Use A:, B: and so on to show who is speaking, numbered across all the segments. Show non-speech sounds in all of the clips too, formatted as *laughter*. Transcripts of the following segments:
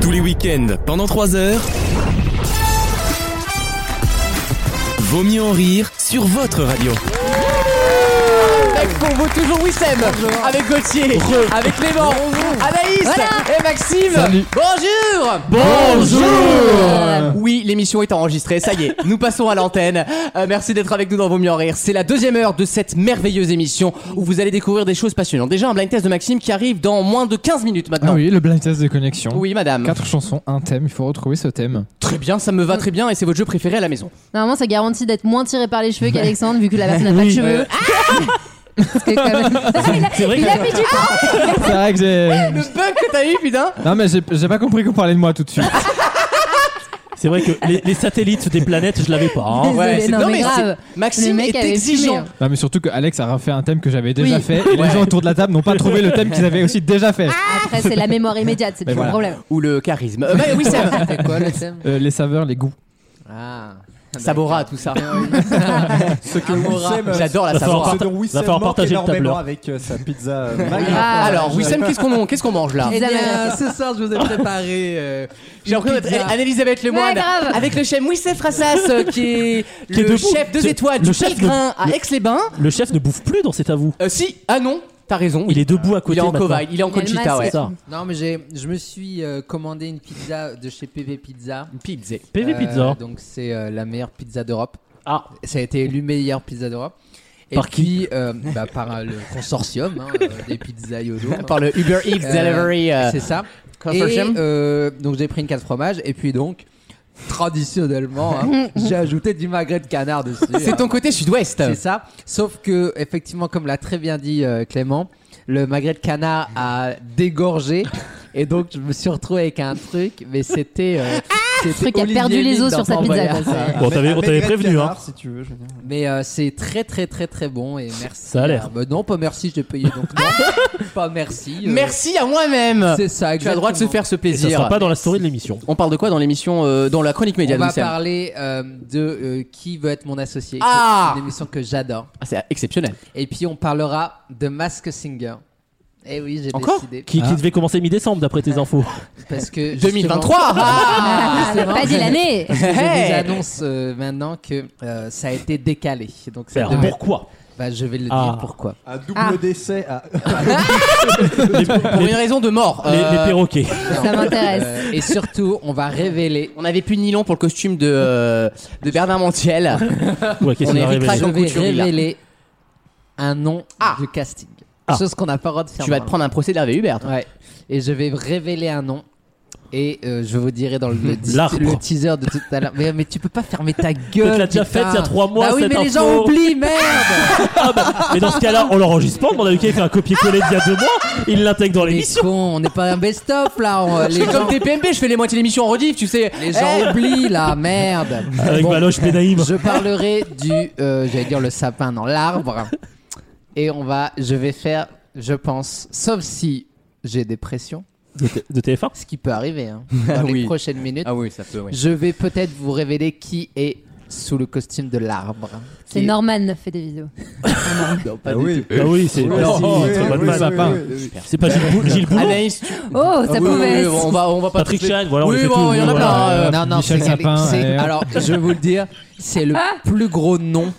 A: Tous les week-ends, pendant 3 heures. Vaut mieux en rire sur votre radio.
B: Avec pour vous toujours Wissem, avec Gauthier, avec Clément, Anaïs et Maxime. Bonjour Bonjour Oui, l'émission est enregistrée, ça y est, nous passons à l'antenne. Euh, merci d'être avec nous dans Vos Mieux en Rire. C'est la deuxième heure de cette merveilleuse émission où vous allez découvrir des choses passionnantes. Déjà un blind test de Maxime qui arrive dans moins de 15 minutes
C: Ah
B: maintenant.
C: oui, le blind test de connexion.
B: Oui, madame.
C: Quatre chansons, un thème, il faut retrouver ce thème.
B: Très bien, ça me va très bien et c'est votre jeu préféré à la maison.
D: Normalement, ça garantit d'être moins tiré par les cheveux qu'Alexandre, vu que la personne n'a pas de
C: Oui.
B: Euh,
D: cheveux. Ah Parce que quand même-
E: C'est vrai
D: Il a mis du temps.
C: *laughs* C'est vrai que j'ai.
B: Le
C: *laughs*
B: bug que t'as eu, putain
C: Non, mais j'ai j'ai pas compris qu'on parlait de moi tout de suite.
E: C'est vrai que les, les satellites des planètes, je l'avais pas. hein.
D: Désolé,
B: c'est-
D: non, mais
B: c'est-
D: grave. Le
B: Maxime
D: mec
B: est
D: avait fumé,
B: exigeant.
D: hein.
C: *laughs* Non, mais surtout que Alex a refait un thème que j'avais déjà
D: Oui.
C: fait *laughs* et les gens autour de la table n'ont pas trouvé le thème qu'ils avaient aussi déjà fait.
D: Après, c'est la mémoire immédiate, c'est
C: Mais
D: plus
C: voilà.
D: un problème.
B: Ou le charisme. Euh,
F: Ben
B: bah, *laughs* Wissem
C: Euh, les saveurs, les goûts.
B: Sabora, tout
E: *laughs*
B: ça. Ah,
G: Ce que Wissem, euh,
B: J'adore la
E: Ça sort
B: Sabora.
G: ce dont
E: va
G: Wissem
E: falloir
G: manque
E: partager le
G: énormément
E: tableur.
G: avec euh, sa
C: *laughs*
G: pizza euh, Mac.
D: Ah,
B: Alors, Wissem, qu'est-ce qu'on qu'est-ce qu'on mange là
D: Eh bien,
F: ce soir, je vous ai préparé. euh,
B: J'ai l'impression d'être
F: pizza.
B: Anne-Elisabeth
D: Ouais,
B: Lemoine
D: grave.
F: Ah,
B: avec le chef Wissem Rassas euh, qui est
E: Qui est
B: le
E: debout.
B: chef deux
E: C'est-
B: étoiles
E: le
B: du
E: chef de-
B: Pellegrin à
E: le-
B: Aix-les-Bains.
E: Le chef ne bouffe plus dans cet avou.
B: Euh, si, ah non, t'as raison.
E: Il est debout à côté.
B: il est en
E: maintenant.
B: covaille, il est en
D: Il a le
B: conchita,
D: masque.
B: ouais.
E: C'est ça.
F: non, mais j'ai, je me suis euh, commandé une pizza de chez PV Pizza.
B: Une pizza.
E: PV
F: Euh,
E: Pizza.
F: Donc, c'est euh, la meilleure pizza d'Europe.
E: Ah,
F: Ça a été élue meilleure pizza d'Europe. Et
E: Par qui
F: puis, euh, bah, Par euh, le consortium hein, euh, des pizzas
E: *laughs*
F: Yodo.
B: Par le Uber Eats
F: Euh,
B: Delivery euh,
F: C'est ça. Et
B: Consortium.
F: euh, donc j'ai pris une 4 fromages et puis donc traditionnellement
E: *laughs*
F: hein, j'ai ajouté du magret de canard dessus.
B: C'est ton côté sud-ouest.
F: C'est ça. Sauf que, effectivement, comme l'a très bien dit euh, Clément, le magret de canard a dégorgé. Et donc, je me suis retrouvé avec un truc, mais c'était. euh, c'était
D: Ah, truc qui a
F: Olivier
D: perdu les os
F: Mine
D: sur sa
F: dans
D: pizza,
F: Tamboya.
D: quoi, c'est-
E: bon, t'avais
G: Un
E: on t'avait
G: maigret de
E: prévenu, hein.
G: canard, si tu veux, je veux dire.
F: *laughs* Mais euh, c'est très, très, très, très bon. Et merci.
E: Ça a l'air.
F: Ah, bah non, pas merci, je l'ai payé. Donc, non, pas merci. euh,
B: Ah Merci à moi-même.
F: C'est ça,
B: Tu as le droit de se
F: exactement.
B: faire ce
E: Et ça sera
B: plaisir.
E: pas dans la story de l'émission.
B: On parle de quoi dans l'émission, euh, dans la chronique média
F: On
B: de
F: va
B: Wissem
F: parler euh, de euh, qui veut être mon associé. qui est
B: Ah
F: une émission que j'adore.
B: Ah, C'est exceptionnel.
F: Et puis, on parlera de Mask Singer. Et oui, j'ai
B: Encore
F: décidé.
E: Qui, qui
C: Ah.
E: devait commencer mi-décembre d'après tes infos.
B: Ah,
F: Parce que. justement-
B: 2023
F: *laughs*
B: ah
D: Ah, t'as pas dit l'année.
F: Je
B: Hey
F: vous annonce euh, maintenant que euh, ça a été décalé. Donc ça
E: Alors,
F: devait-
E: pourquoi
F: Bah, je vais le
E: Ah.
F: dire pourquoi.
G: Un double
D: Ah.
G: décès à
E: les, les-
B: *laughs* Pour une raison de mort.
E: les- les
B: Euh,
F: *laughs*
E: perroquets.
D: Ça m'intéresse.
F: Euh, et surtout, on va révéler.
B: On avait plus de nylon pour le costume de, euh, de Bernard
F: *laughs*
B: Montiel.
E: Ouais, qu'est-ce
B: on
E: qu'on
B: est
E: a révélé
F: Je
B: ricrac- Jean
F: vais
B: Couturier, là.
F: révéler un nom
B: Ah.
F: du casting.
E: Ah.
F: Chose qu'on n'a pas le droit de faire.
B: tu vas te prendre un procès d'Hervé Hubert. toi.
F: normalement. Ouais. Et je vais révéler un nom. Et euh, je vous dirai dans le, le ti-
E: L'arbre.
F: le teaser de tout à l'heure. Mais, mais tu peux pas fermer ta gueule.
E: Tu l'as
F: putain.
E: déjà faite il y a trois mois,
F: Bah oui,
E: cette
F: mais les
E: info. Ah, bah,
F: gens oublient, merde.
E: Mais dans ce cas-là, on l'enregistre pas. On a vu qu'il avait fait un copier-coller d'il y a deux mois. Il l'intègre dans
F: Les
E: l'émission.
F: cons, on n'est pas un best-of là. on-
B: Je
F: les
B: fais comme
F: gens,
B: TPMP, je fais les moitiés de l'émission en rediff, tu sais.
F: les gens
B: Eh,
F: oublient là, merde.
E: Ah, Avec
F: Bon.
E: Baloche Benaïm.
F: Je parlerai du, euh, j'allais dire le sapin dans l'arbre. Et on va, je vais faire, je pense, sauf si j'ai des pressions,
E: De, T- de TF1.
F: ce qui peut arriver hein, dans
B: Oui.
F: les prochaines minutes.
B: Ah oui, ça peut, oui.
F: Je vais peut-être vous révéler qui est sous le costume de l'arbre.
D: C'est
F: Qui-
D: Norman fait des vidéos.
G: Ah oui.
E: Bah oui, c'est
G: Oui,
E: bah si,
G: oui,
E: c'est
G: oui,
E: Batman.
G: oui, oui,
C: sapin.
G: oui, oui.
E: C'est pas Gilles, Bou- Gilles Boulon.
B: Anaïs, tu-
D: Oh, ça
B: Ah oui,
D: pouvait
B: oui, oui, on va, on va pas
E: Patrick
B: tous les-
E: Chang, voilà, on
B: Oui,
E: fait
B: bon,
E: tout,
B: il y en a
E: voilà.
B: plein. euh,
F: Non, non,
C: Michel
F: c'est-
C: Sapin,
F: c'est-
C: et-
F: Alors, je vais vous le dire, c'est le
D: Ah.
F: plus gros nom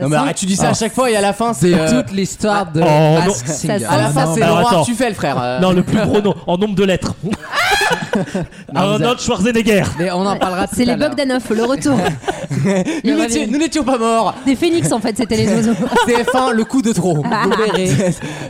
F: Ah.
B: Non, mais arrête, tu dis ça à chaque fois et à la fin,
F: de
B: c'est. euh,
F: toute l'histoire de
E: Oh, non.
F: Mask Singer.
D: Ça
B: À la
D: Ah,
B: fin,
E: non,
B: c'est
E: alors,
B: Laurent
E: attends.
B: Artufel, frère. euh.
E: Non, le plus gros nom en nombre de *laughs* lettres. Arnold Schwarzenegger.
F: Mais on en parlera tout
D: C'est
F: à
D: les
F: l'heure.
D: Bogdanov, le retour.
B: Nous
D: Mais
B: n'étions-
D: revenez.
B: nous n'étions pas morts.
D: Des phénix, en fait, c'était les oiseaux.
B: TF1, le coup de
F: *laughs*
B: trop.
F: Vous verrez.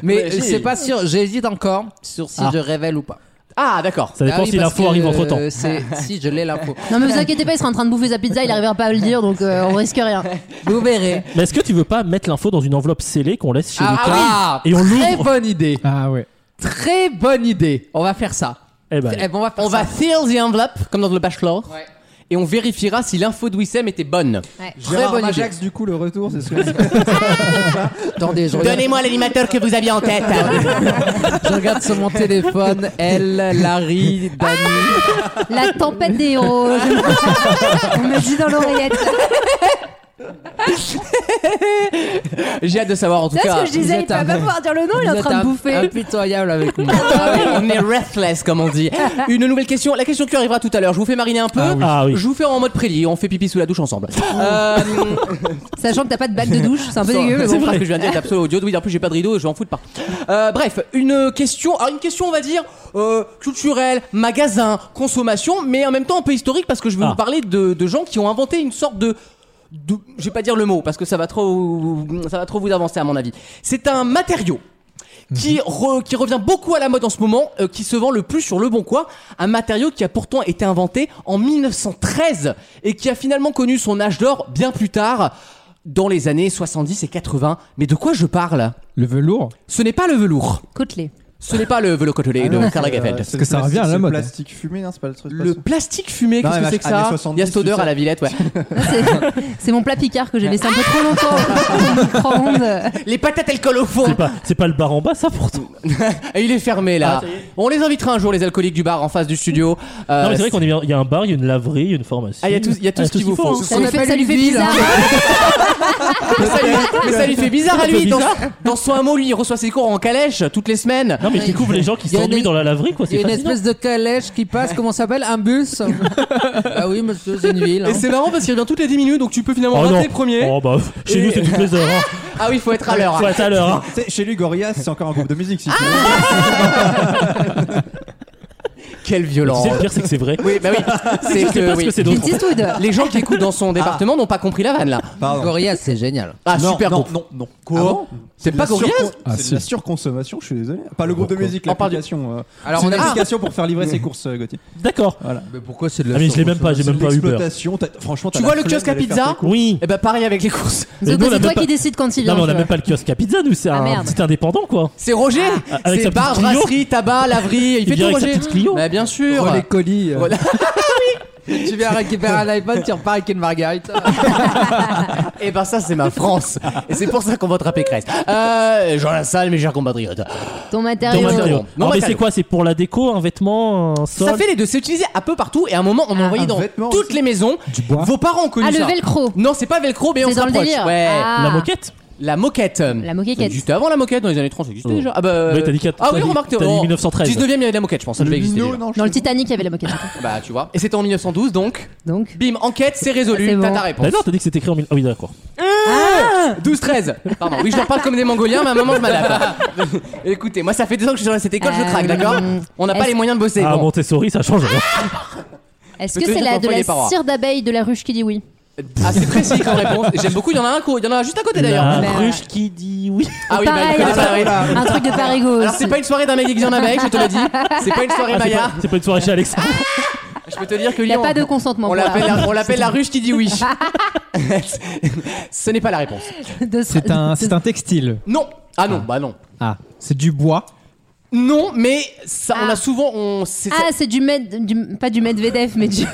F: Mais
B: Ouais, j'ai-
F: c'est pas sûr, j'hésite encore sur si
E: Ah.
F: je révèle ou pas.
B: Ah, d'accord.
E: Ça dépend
F: Ah oui,
E: si
F: parce
E: l'info
F: que,
E: arrive
F: euh,
E: entre temps.
F: c'est- si je l'ai l'info.
D: Non, mais vous inquiétez pas, il sera en train de bouffer sa pizza, il arrivera pas à le dire, donc euh, on risque rien.
F: Vous verrez.
E: Mais est-ce que tu veux pas mettre l'info dans une enveloppe scellée qu'on laisse
B: Ah
E: chez Lucas Et on
F: Ah très
E: l'ouvre.
F: bonne idée.
C: Ah ouais.
F: Très bonne idée. On va faire ça.
E: Eh ben,
F: Eh ben, on va faire
B: On
F: ça.
B: va seal the envelope, comme dans le Bachelor,
F: Ouais.
B: et on vérifiera si l'info de Wissem était bonne.
G: Gérard
F: bonne idée.
G: Majax, du coup, le retour, c'est ce que
F: Attendez, je regarde,
B: Donnez-moi l'animateur que vous aviez en
F: *laughs*
B: tête.
F: je regarde sur mon *laughs* téléphone. Elle, Larry, Dani.
D: La tempête des héros. je- on me dit dans l'oreillette.
B: J'ai hâte de savoir en tout
H: Tu sais ce
B: cas.
H: que je
F: *laughs*
H: disais, il
F: êtes
H: va
F: un-
H: pas pouvoir dire le nom, il est en
F: Vous
H: train
F: êtes
H: de
F: un-
H: bouffer.
F: Impitoyable avec nous.
B: Ah oui, on est restless comme on dit. Une nouvelle question, la question qui arrivera tout à l'heure. Je vous fais mariner un peu.
E: Ah oui.
B: Je vous fais en mode prélit, on fait pipi sous la douche
F: *laughs*
B: ensemble. Euh,
D: Sachant que t'as pas de balle de douche, c'est un peu dégueu. mais
B: C'est
D: bon.
B: vrai que je viens de dire absolument audio. Oui, en plus j'ai pas de rideau, je vais en foutre partout. Euh, bref, une question, alors une question on va dire euh, culturelle, magasin, consommation, mais en même temps un peu historique parce que je veux
E: Ah.
B: vous parler de, de gens qui ont inventé une sorte de de- je vais pas dire le mot parce que ça va trop, ça va trop vous avancer à mon avis. C'est un matériau qui, re- qui revient beaucoup à la mode en ce moment, euh, qui se vend le plus sur Le Bon Coin, un matériau qui a pourtant été inventé en 1913 et qui a finalement connu son âge d'or bien plus tard, dans les années 70 et 80. Mais de quoi je parle
C: Le velours
B: Ce n'est pas le velours,
D: Côtelé.
B: ce n'est pas le velours côtelé
G: Ah
B: de
G: non,
B: Karl
G: c'est, euh,
B: Lagerfeld.
G: c'est
C: que ça
G: le
C: revient à la
G: plastique-
C: mode.
G: C'est le plastique fumé, non, c'est pas le truc.
B: Le plastique fumé,
G: Non,
B: qu'est-ce
G: mais
B: que c'est que
G: années
B: ça Il y a
G: 70,
B: cette odeur
G: tout
B: à la Villette, ouais.
D: Ah, c'est- *laughs* C'est mon plat picard que j'ai laissé un peu trop longtemps au micro-ondes.
B: Les patates, elles collent au fond.
E: C'est pas, c'est pas le bar en bas, ça, pourtant.
B: Et il est fermé là. on les invitera un jour, les alcooliques du bar en face du studio. Euh,
E: non, mais c'est vrai qu'on est bien. Il y a un bar, il y a une laverie, il y a une pharmacie.
B: Ah, il y a tout, il y a tout
E: Ah,
B: ce qu'il vous faut.
E: hein.
D: Ça lui fait, ça lui fait
H: une ville,
D: bizarre.
B: mais, ça lui, mais ça lui fait bizarre à
E: Ça
B: lui.
E: fait
B: Dans,
E: bizarre.
B: dans Sois un mot, lui, il reçoit ses cours en calèche toutes les semaines.
E: Non, mais qui couvre les gens qui
F: Il y a
E: s'ennuient
F: une-
E: dans la laverie, quoi.
F: Il y
E: C'est
F: a une
E: fascinant.
F: espèce de calèche qui passe, comment ça s'appelle Un *laughs* bus Ah oui, monsieur, c'est une ville. hein.
B: Et c'est marrant parce qu'il revient toutes les 10 minutes, donc tu peux finalement
E: Oh
B: rater
E: non.
B: le premier.
E: Oh bah, chez
B: Et-
E: nous, c'est toutes les heures. hein.
B: Ah oui, il faut être à l'heure.
E: Faut être à l'heure. hein.
G: C'est- Chez lui, Gorillaz, c'est encore un groupe de musique. Si
B: Quelle violence.
E: C'est le pire, c'est que c'est vrai.
B: Oui, bah oui. C'est
E: *laughs*
B: que,
E: Je sais pas ce que
B: oui.
E: c'est
D: Clint
E: d'autre. Ah.
D: Eastwood.
B: Les gens qui écoutent dans son département n'ont pas compris la vanne là.
G: Pardon.
F: Gorillaz, c'est génial.
B: Ah,
G: non,
B: super
G: non,
B: groupe.
G: non, non.
B: Quoi C'est pas Gorillaz
C: Ah,
G: C'est
C: si.
G: de la surconsommation, je suis désolé. Pas le groupe de musique,
B: On parle de-
G: l'application. euh,
F: Alors,
G: c'est
F: on
G: une
F: a-
G: application pour faire livrer ses courses, euh, Gauthier.
E: D'accord.
F: Mais pourquoi c'est de
E: Ah, mais je l'ai même pas, j'ai
G: C'est
E: même
G: de
E: pas Uber.
G: l'exploitation, t'as- Franchement,
B: Tu vois le kiosque à pizza
E: Oui.
B: Eh ben pareil avec les courses.
E: Mais nous, on a
D: C'est toi
E: même pas-
D: qui décides quand il vient.
E: Non, mais on a
D: tu
E: même
D: vois.
E: pas le kiosque à pizza, nous, c'est
D: Ah,
E: un
D: merde.
E: petit indépendant, quoi.
B: C'est Roger
E: Ah, avec
B: C'est
E: sa
B: bar,
E: petite Clio.
B: brasserie, tabac, laverie. Il,
E: Il
B: fait tout
E: vient avec sa
B: Roger.
E: petite Clio.
B: Bah, bien sûr.
F: les colis. euh,
B: Voilà.
F: tu viens récupérer *laughs* un iPhone, tu repars avec une margarita.
B: Et ben ça c'est ma France. Et c'est pour ça qu'on votera Pécresse. Euh, Jean Lassalle, mes chers compatriotes.
D: Ton
E: Dans
D: matériau.
B: Ton matériau.
E: matériaux.
B: Non,
E: Alors, mais
B: matériaux.
E: c'est quoi C'est pour la déco, un vêtement, un sol
B: Ça fait les deux. C'est utilisé un peu partout et à un moment
E: Ah,
B: on en envoyait
G: un
B: dans
G: vêtement
B: toutes
G: aussi.
B: les maisons.
C: Du bois
B: Vos parents ont connu
D: Ah, le
B: ça.
D: velcro.
B: Non, c'est pas velcro, mais on
D: C'est
B: se
D: dans le
B: rapproche.
D: délire.
B: Ouais.
D: Ah.
E: La moquette
B: La moquette. La
D: moquette.
B: Juste avant la moquette, dans les années 30, ça existait
E: Oh.
B: déjà. Ah bah. euh,
E: Ouais, t'as dit quatre-
B: ah
E: t'as
B: oui,
E: dit-
B: remarque,
E: t'as dit
B: en
E: 1913.
B: 19e, il y avait de la moquette, je pense. Ça devait exister. déjà.
D: Dans le Titanic, il y avait la moquette.
B: Bah, tu vois. Et c'était en 1912, donc.
D: Donc,
B: Bim, enquête, c'est
D: C'est
B: résolu.
D: bon.
B: T'as ta réponse.
E: Bah non, t'as dit que c'était écrit en mille- Ah oui, d'accord.
B: 12-13. Pardon. Oui, je leur parle comme des mongoliens, mais à un moment, je m'adapte. Écoutez, moi, ça fait deux ans que je suis dans cette école, je craque,
D: Euh,
B: d'accord On n'a pas
D: est-ce-
B: les moyens de bosser.
E: Ah,
B: bon.
E: Montessori, ça change rien.
D: est-ce
B: Le
D: que c'est
B: téléphone
D: la, de
B: envoyé
D: la
B: par ordre.
D: cire d'abeille de la ruche qui dit oui
B: Ah, c'est précis comme réponse. J'aime beaucoup. Il y en a un, cou- il y en a un juste à côté
E: La
B: d'ailleurs.
D: Merde.
E: ruche qui dit oui.
B: Ah oui, bah,
D: Pareil,
B: il connaît
D: un,
B: ça, oui.
D: truc- un truc de Parigo
B: Alors,
D: aussi.
B: c'est pas une soirée d'un mec déguisé en abeille, je te le dis. C'est pas une soirée
E: Ah, c'est
B: Maya.
E: pas- c'est pas une soirée chez Alexandre.
B: Je peux te dire que
D: Il n'y a pas de consentement.
B: On
D: voilà.
B: l'appelle la, on l'appelle la ruche qui dit
D: *laughs*
B: oui. Ce n'est pas la réponse.
D: *laughs* De-
C: C'est un, c'est un textile.
B: Non. Ah non, bah non.
C: Ah, c'est du bois.
B: Non, mais ça, on
D: Ah.
B: a souvent. On, c'est,
D: Ah, c'est du Med... du- Pas du Medvedev, mais du...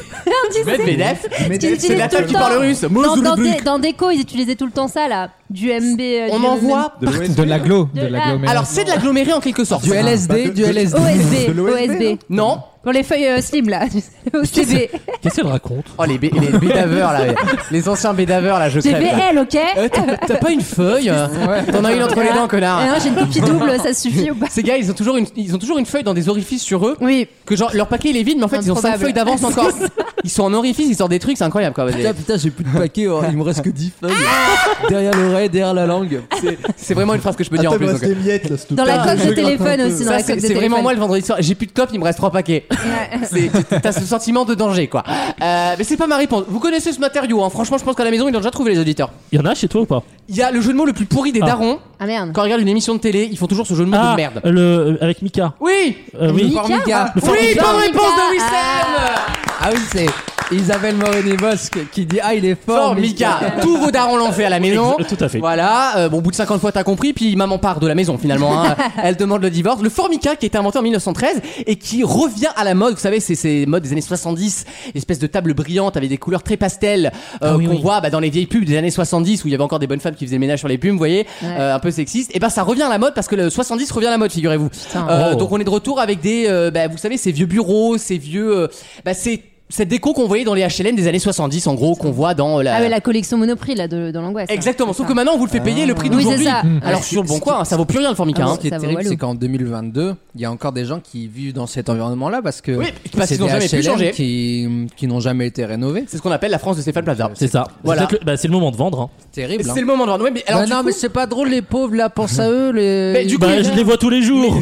B: Medvedev,
D: Medvedev,
B: c'est la
D: tout le
B: table qui
D: temps.
B: parle russe.
D: Dans, dans,
B: Mozulubuk.
D: des, dans Déco, ils utilisaient tout le temps ça, là. Du MB... euh,
B: On
D: du
B: en
D: MM.
B: voit.
G: De l'OSB.
C: De l'agglo.
D: De
C: De
D: la-
C: l'aggloméré.
B: Alors, c'est de l'aggloméré en quelque sorte.
F: du LSD,
G: bah, de-
F: du
G: de-
F: LSD.
G: De
D: OSB,
G: l'OSB,
D: OSB.
B: Non.
D: Pour les feuilles euh,
B: *laughs*
D: slim, là. OCB.
E: Qu'est-ce qu'elle raconte
B: Oh, les, bé- les bédaveurs là. les- Les anciens bédaveurs là, je
D: J'ai
B: crève. là.
D: BL, ok
B: Euh, T'as t'as pas une feuille euh T'en as une entre les dents,
D: Et
B: connard.
D: non, Euh, j'ai
B: *laughs*
D: une copie double, ça suffit ou pas
B: Ces gars, ils ont toujours une, ils ont toujours une feuille dans des orifices sur eux.
D: Oui.
B: Que genre, leur paquet il est vide, mais en fait, ils ont cinq
D: Improbable.
B: feuilles d'avance encore. Ils sont en orifice, ils sortent des trucs, c'est incroyable quoi.
F: Putain, putain, j'ai plus de paquet, oh, il me reste que 10 feuilles. derrière l'oreille, derrière la langue.
B: C'est- C'est vraiment une phrase que je peux dire en
G: Attends,
B: plus.
G: il me
B: donc.
G: reste des miettes là, s'il te
D: Dans
G: plaît.
D: la coque
G: Je
D: de
G: vais gratter un
D: téléphone
G: peu.
D: aussi, dans
B: Ça,
D: la coque
B: c'est
D: de
B: c'est vraiment
D: téléphone.
B: moi le vendredi soir. J'ai plus de copes, il me reste trois paquets. C'est- T'as ce sentiment de danger, quoi. Euh, mais c'est pas ma réponse. Vous connaissez ce matériau, hein. franchement, je pense qu'à la maison, ils l'ont déjà trouvé, les auditeurs.
E: Il y en a chez toi ou pas
B: Il y a le jeu de mots le plus pourri des
E: Ah.
B: darons.
D: Ah merde.
B: Quand ils regardent une émission de télé, ils font toujours ce jeu de mots de merde.
E: Le, euh, avec Mika.
B: Oui
E: Euh, oui.
F: Formica.
B: Oui, bonne
E: Le Formica.
D: Formidable.
B: réponse de Wissem
F: Ah oui, c'est Isabelle Morini-Bosque qui dit Ah, il est fort.
B: Fort, Mika Tous vos darons l'ont fait à la maison.
E: Ex- tout à fait.
B: Voilà, euh, bon, au bout de 50 fois, t'as compris, puis maman part de la maison finalement.
F: *laughs*
B: hein. Elle demande le divorce. Le formica qui a été inventé en 1913 et qui revient à la mode. Vous savez, c'est ces modes des années 70, espèce de table brillante avec des couleurs très pastel euh,
E: Ah oui,
B: qu'on
E: oui.
B: voit bah, dans les vieilles pubs des années 70 où il y avait encore des bonnes femmes qui faisaient le ménage sur les pubs, vous voyez, euh, un peu sexiste. Et ben ça revient à la mode parce que le 70 revient à la mode,
D: Ah,
B: figurez-vous. Euh,
F: Ah.
E: Oh.
B: Donc on est de retour avec des, euh, bah, vous savez, ces vieux bureaux, ces vieux, euh, bah, ces cette déco qu'on voyait dans les HLM des années 70, en gros, qu'on voit dans la.
D: Ah ouais, la collection Monoprix là de, dans l'angoisse. là.
B: Euh. Exactement, sauf
D: C'est
B: que
D: ça.
B: maintenant on vous le fait
F: Ah.
B: payer le prix
D: Oui, c'est
B: d'aujourd'hui.
D: ça.
B: Alors sur le bon coin, hein, ça vaut plus rien le formica.
D: Ah
B: hein.
D: bon
F: Ce qui est
D: Ça vaut
F: terrible,
D: Walou.
F: c'est qu'en 2022, il y a encore des gens qui vivent dans cet environnement-là parce que
B: Oui, parce
F: c'est
B: qu'ils n'ont
F: des
B: jamais pu
F: HLM
B: changer.
F: qui, qui n'ont jamais été rénovés.
B: C'est ce qu'on appelle la France de Stéphane Plaza.
E: C'est ça. C'est
B: Ah, Voilà.
E: peut-être le- bah, C'est le moment de vendre. hein.
F: C'est terrible. hein.
B: C'est le moment de vendre. Ouais, mais alors,
F: Bah
B: du
F: non,
B: coup-
F: mais c'est pas drôle, les pauvres là,
B: *laughs*
F: pense à eux. Les...
B: Mais du coup,
E: Bah, je les vois tous les
B: *laughs*
E: jours.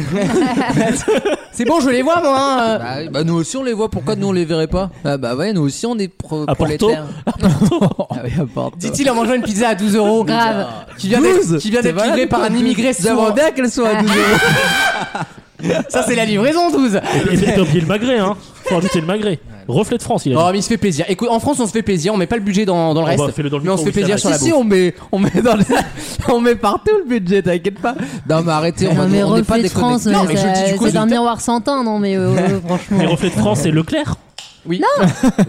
B: c'est bon, je les vois moi. hein.
F: Bah, oui, bah, nous aussi on les voit, pourquoi nous on les verrait pas ah, Bah ouais, nous aussi on est pro
E: *laughs* À Porto.
F: prolétaires. *laughs* Ah oui, à Porto.
B: Dit-il en mangeant une pizza à 12 euros.
D: Grave.
B: Qui vient d'être qui vient
F: C'est
B: d'être
F: valable,
B: livrée par un
F: douze.
B: immigré
F: J'aimerais
B: sourd. Ah.
F: bien qu'elles soient à 12 euros.
B: Ça, c'est la livraison 12.
E: Et puis, t'as oublié le Maghré, hein. Faut rajouter le Maghré. Reflet de France, il
B: Oh,
E: a dit.
B: mais il se fait plaisir. Écoute, en France, on se fait plaisir. On met pas le budget dans, dans le
E: Oh,
B: reste.
E: bah, fais-le dans le
B: mais on se
E: micro,
B: fait
E: oui,
B: plaisir
E: ça va.
B: sur la
F: si, si,
B: bouffe.
F: on met, on met dans les- *laughs* on met partout le budget, t'inquiète pas. Non, mais arrêtez, on
D: Non,
F: va
D: mais
F: on n'est pas
D: reflet de
F: déconnectés.
D: France,
B: Non, mais
D: mais
B: je
D: ça-
B: dis du coup,
D: c'est
B: c'est-
D: un miroir sans teint,
B: *laughs*
D: non mais euh, euh, franchement.
E: Les reflets de France, c'est Leclerc.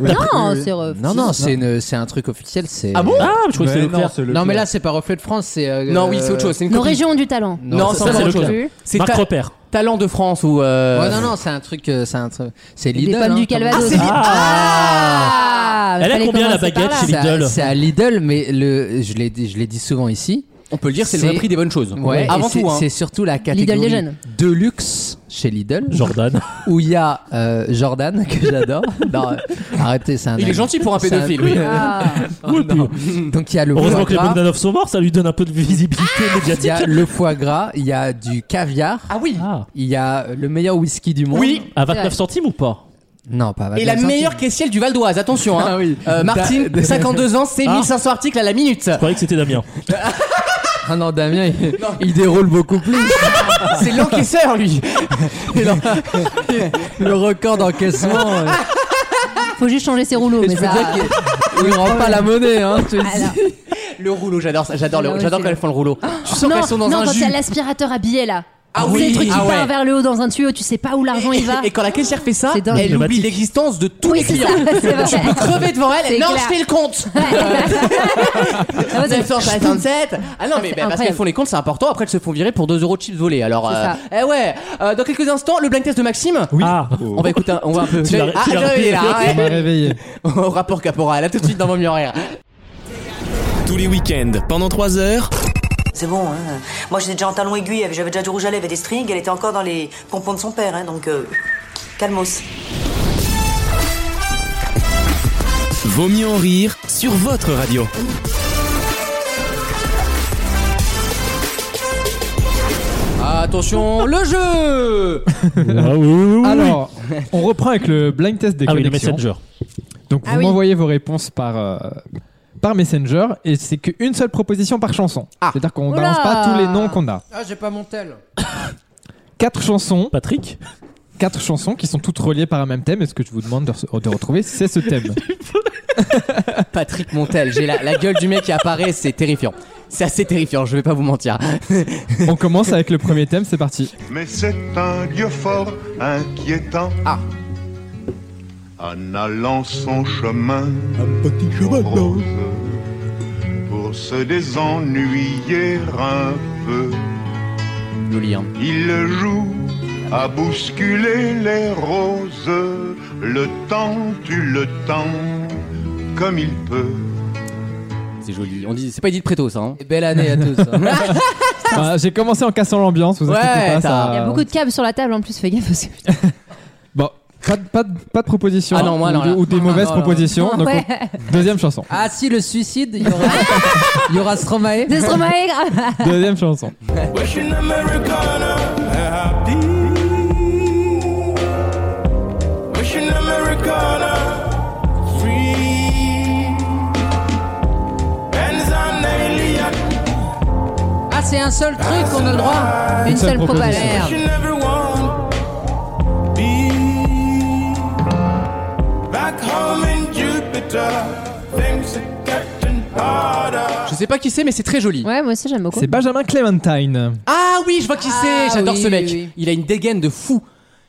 D: Non, c'est reflet.
F: Non, non, c'est une- c'est un truc officiel. c'est euh,
B: Ah bon
E: Ah, mais je crois que c'est
G: Mais non,
E: Leclerc.
G: c'est le
F: Non, mais là, c'est pas Reflet de France, c'est. euh,
B: Non, oui, c'est autre chose. C'est une
D: Nos
B: copie.
D: régions ont du talent.
F: Non,
B: Non, ça,
F: ça,
B: c'est
E: ça, c'est
B: autre chose.
E: Leclerc.
B: C'est
E: Marc
B: ta-
E: Repère.
B: Talent de France ou. euh,
F: Ouais, non, non, c'est un truc. euh, C'est un truc. C'est
D: Les
F: Lidl.
D: pommes
F: hein,
D: du
F: comme-
D: Calvados. Ah,
E: Elle a
D: fallait
E: combien, la
D: commencer par
E: baguette,
B: Ah,
D: là.
E: chez
F: C'est à-
E: Lidl.
F: C'est à Lidl, mais le, je l'ai dit, je l'ai dit souvent ici.
B: On peut le dire, c'est le vrai
F: C'est-
B: prix des bonnes choses.
F: Ouais, et
B: Avant
F: c'est-
B: tout, hein.
F: C'est surtout la
D: Lidl des
F: catégorie
D: jeunes.
F: de luxe chez Lidl,
B: *laughs*
E: Jordan.
F: où il y a euh, Jordan que j'adore. non, euh, arrêtez, c'est un.
B: Il est
F: ami.
B: gentil pour un
F: C'est
B: pédophile, oui.
D: Ah.
E: Oui, puis-
F: Donc il y a le
E: Heureusement
F: foie
E: que les
F: gras,
E: Bogdanov sont morts, ça lui donne un peu de visibilité
F: il y
E: médiatique.
F: a le foie gras, il y a du caviar,
B: Ah oui.
E: Ah.
F: il y a le meilleur whisky du monde.
B: Oui.
E: À
D: vrai.
E: 29 centimes ou pas
F: Non, pas
B: Et
F: 25
B: la
F: centimes.
B: meilleure caissière du Val d'Oise, attention. Hein.
F: Ah oui.
B: Euh, *laughs* Martine,
F: Da-
B: 52 ans, c'est
E: Ah.
B: 1500 articles à la minute.
E: Je croyais que c'était Damien.
F: Ah non, Ah Damien, il, il déroule beaucoup plus.
B: C'est l'encaisseur,
F: *laughs*
B: lui.
F: le record d'encaissement. euh,
D: Ah. Faut juste changer ses rouleaux,
F: et
D: mais
F: je peux
D: ça.
F: dire qu'il il rend pas la monnaie, hein, je te le dis.
D: Alors.
B: Le rouleau, j'adore ça. J'adore, le-
D: Ah ouais,
B: j'adore
D: c'est
B: quand elles font le rouleau. Tu sens
D: non,
B: qu'elles sont dans
D: non,
B: un
D: quand
B: jus.
D: t'as l'aspirateur à billets là.
B: Ah
D: C'est
B: oui,
D: le truc qui
B: ah ouais.
D: part vers le haut dans un tuyau, tu sais pas où l'argent il va.
B: Et quand la caissière fait ça,
D: C'est dingue.
B: elle oublie
E: Pneumatique.
B: l'existence de tous les
D: C'est
B: clients.
D: ça, c'est vrai.
B: Crever devant elle,
D: C'est
B: non,
D: clair.
B: je fais le
D: *laughs*
B: compte.
D: Ah ouais, c'est-
B: 957. Ah non,
D: Ça,
B: mais bah, parce
D: c'est
B: qu'elles
D: incroyable.
B: font les comptes, c'est important. Après, elles se font virer pour 2 euros de chips volés. Alors,
D: C'est
B: euh,
D: ça.
B: eh ouais. Euh, dans quelques instants, le blind test de Maxime.
E: Ah.
B: On va écouter, un- Bah, on va un peu.
E: Tu l'as- tu
B: ah,
E: l'as
B: j'avais
E: réveillé.
B: là. hein,
C: Ça *laughs* m'a
B: ouais.
C: réveillé.
B: *laughs* Au rapport caporal, à tout de suite dans Vaut mieux en rire.
A: Tous les week-ends, pendant 3 heures,
H: C'est bon, hein. Moi, j'étais déjà en talons aiguilles, j'avais déjà du rouge à lèvres et des strings, elle était encore dans les pompons de son père, hein, donc euh, calmos.
A: Vaut mieux en rire sur votre radio.
B: Attention, le jeu
E: Ah oui, oui, oui, oui.
C: Alors, on reprend avec le blind test des
E: Ah oui, les
C: connexions.
E: Messenger.
C: Donc, vous
D: Ah oui.
C: m'envoyez vos réponses par, euh, par Messenger et c'est qu'une seule proposition par chanson.
B: Ah.
C: C'est-à-dire qu'on
D: Oula.
C: balance pas tous les noms qu'on a.
F: Ah, j'ai pas mon tel.
C: Quatre chansons,
E: Patrick
C: quatre chansons qui sont toutes reliées par un même thème et ce que je vous demande de, re- de retrouver, c'est
B: *laughs*
C: ce thème.
B: Patrick Montel, j'ai la, la gueule du mec qui apparaît, c'est terrifiant. C'est assez terrifiant, je vais pas vous mentir.
C: on commence avec le premier thème, c'est parti.
I: Mais c'est un lieu fort inquiétant.
B: Ah.
I: En allant son chemin, un petit chemin rose, pour se désennuyer un peu,
B: Joli, hein.
I: il joue à bousculer les roses. Le temps tue le temps comme il peut.
B: C'est joli. On dit, c'est pas dit de préto ça. Hein.
F: Et belle année à tous. hein.
B: *laughs*
C: Ah, J'ai commencé en cassant l'ambiance, vous
B: Ouais,
C: inquiétez pas. Ça...
B: t'as-
D: Il y a beaucoup de câbles sur la table en plus, fais gaffe parce que
C: Bon, pas de, pas de, pas de proposition
B: Ah non, moi,
C: ou,
B: alors
C: de-
B: là.
C: ou des
B: Ah,
C: mauvaises
B: non, non,
C: propositions. Donc,
D: Ouais.
C: on- Deuxième chanson.
F: Ah si, le suicide, il y aura, il y aura Stromae.
D: c'est trop mal, grave.
B: *laughs*
C: Deuxième chanson.
F: Ah, c'est un seul truc qu'on a le droit.
D: Une
C: seule
D: seule propale.
C: proposition.
D: Merde.
B: Je sais pas qui c'est, mais c'est très joli.
D: Ouais, moi aussi j'aime beaucoup.
C: C'est Benjamin Clementine.
B: Ah oui, je vois qui c'est.
F: Ah
B: J'adore ce
F: oui,
B: mec.
F: oui.
B: Il a une dégaine de fou.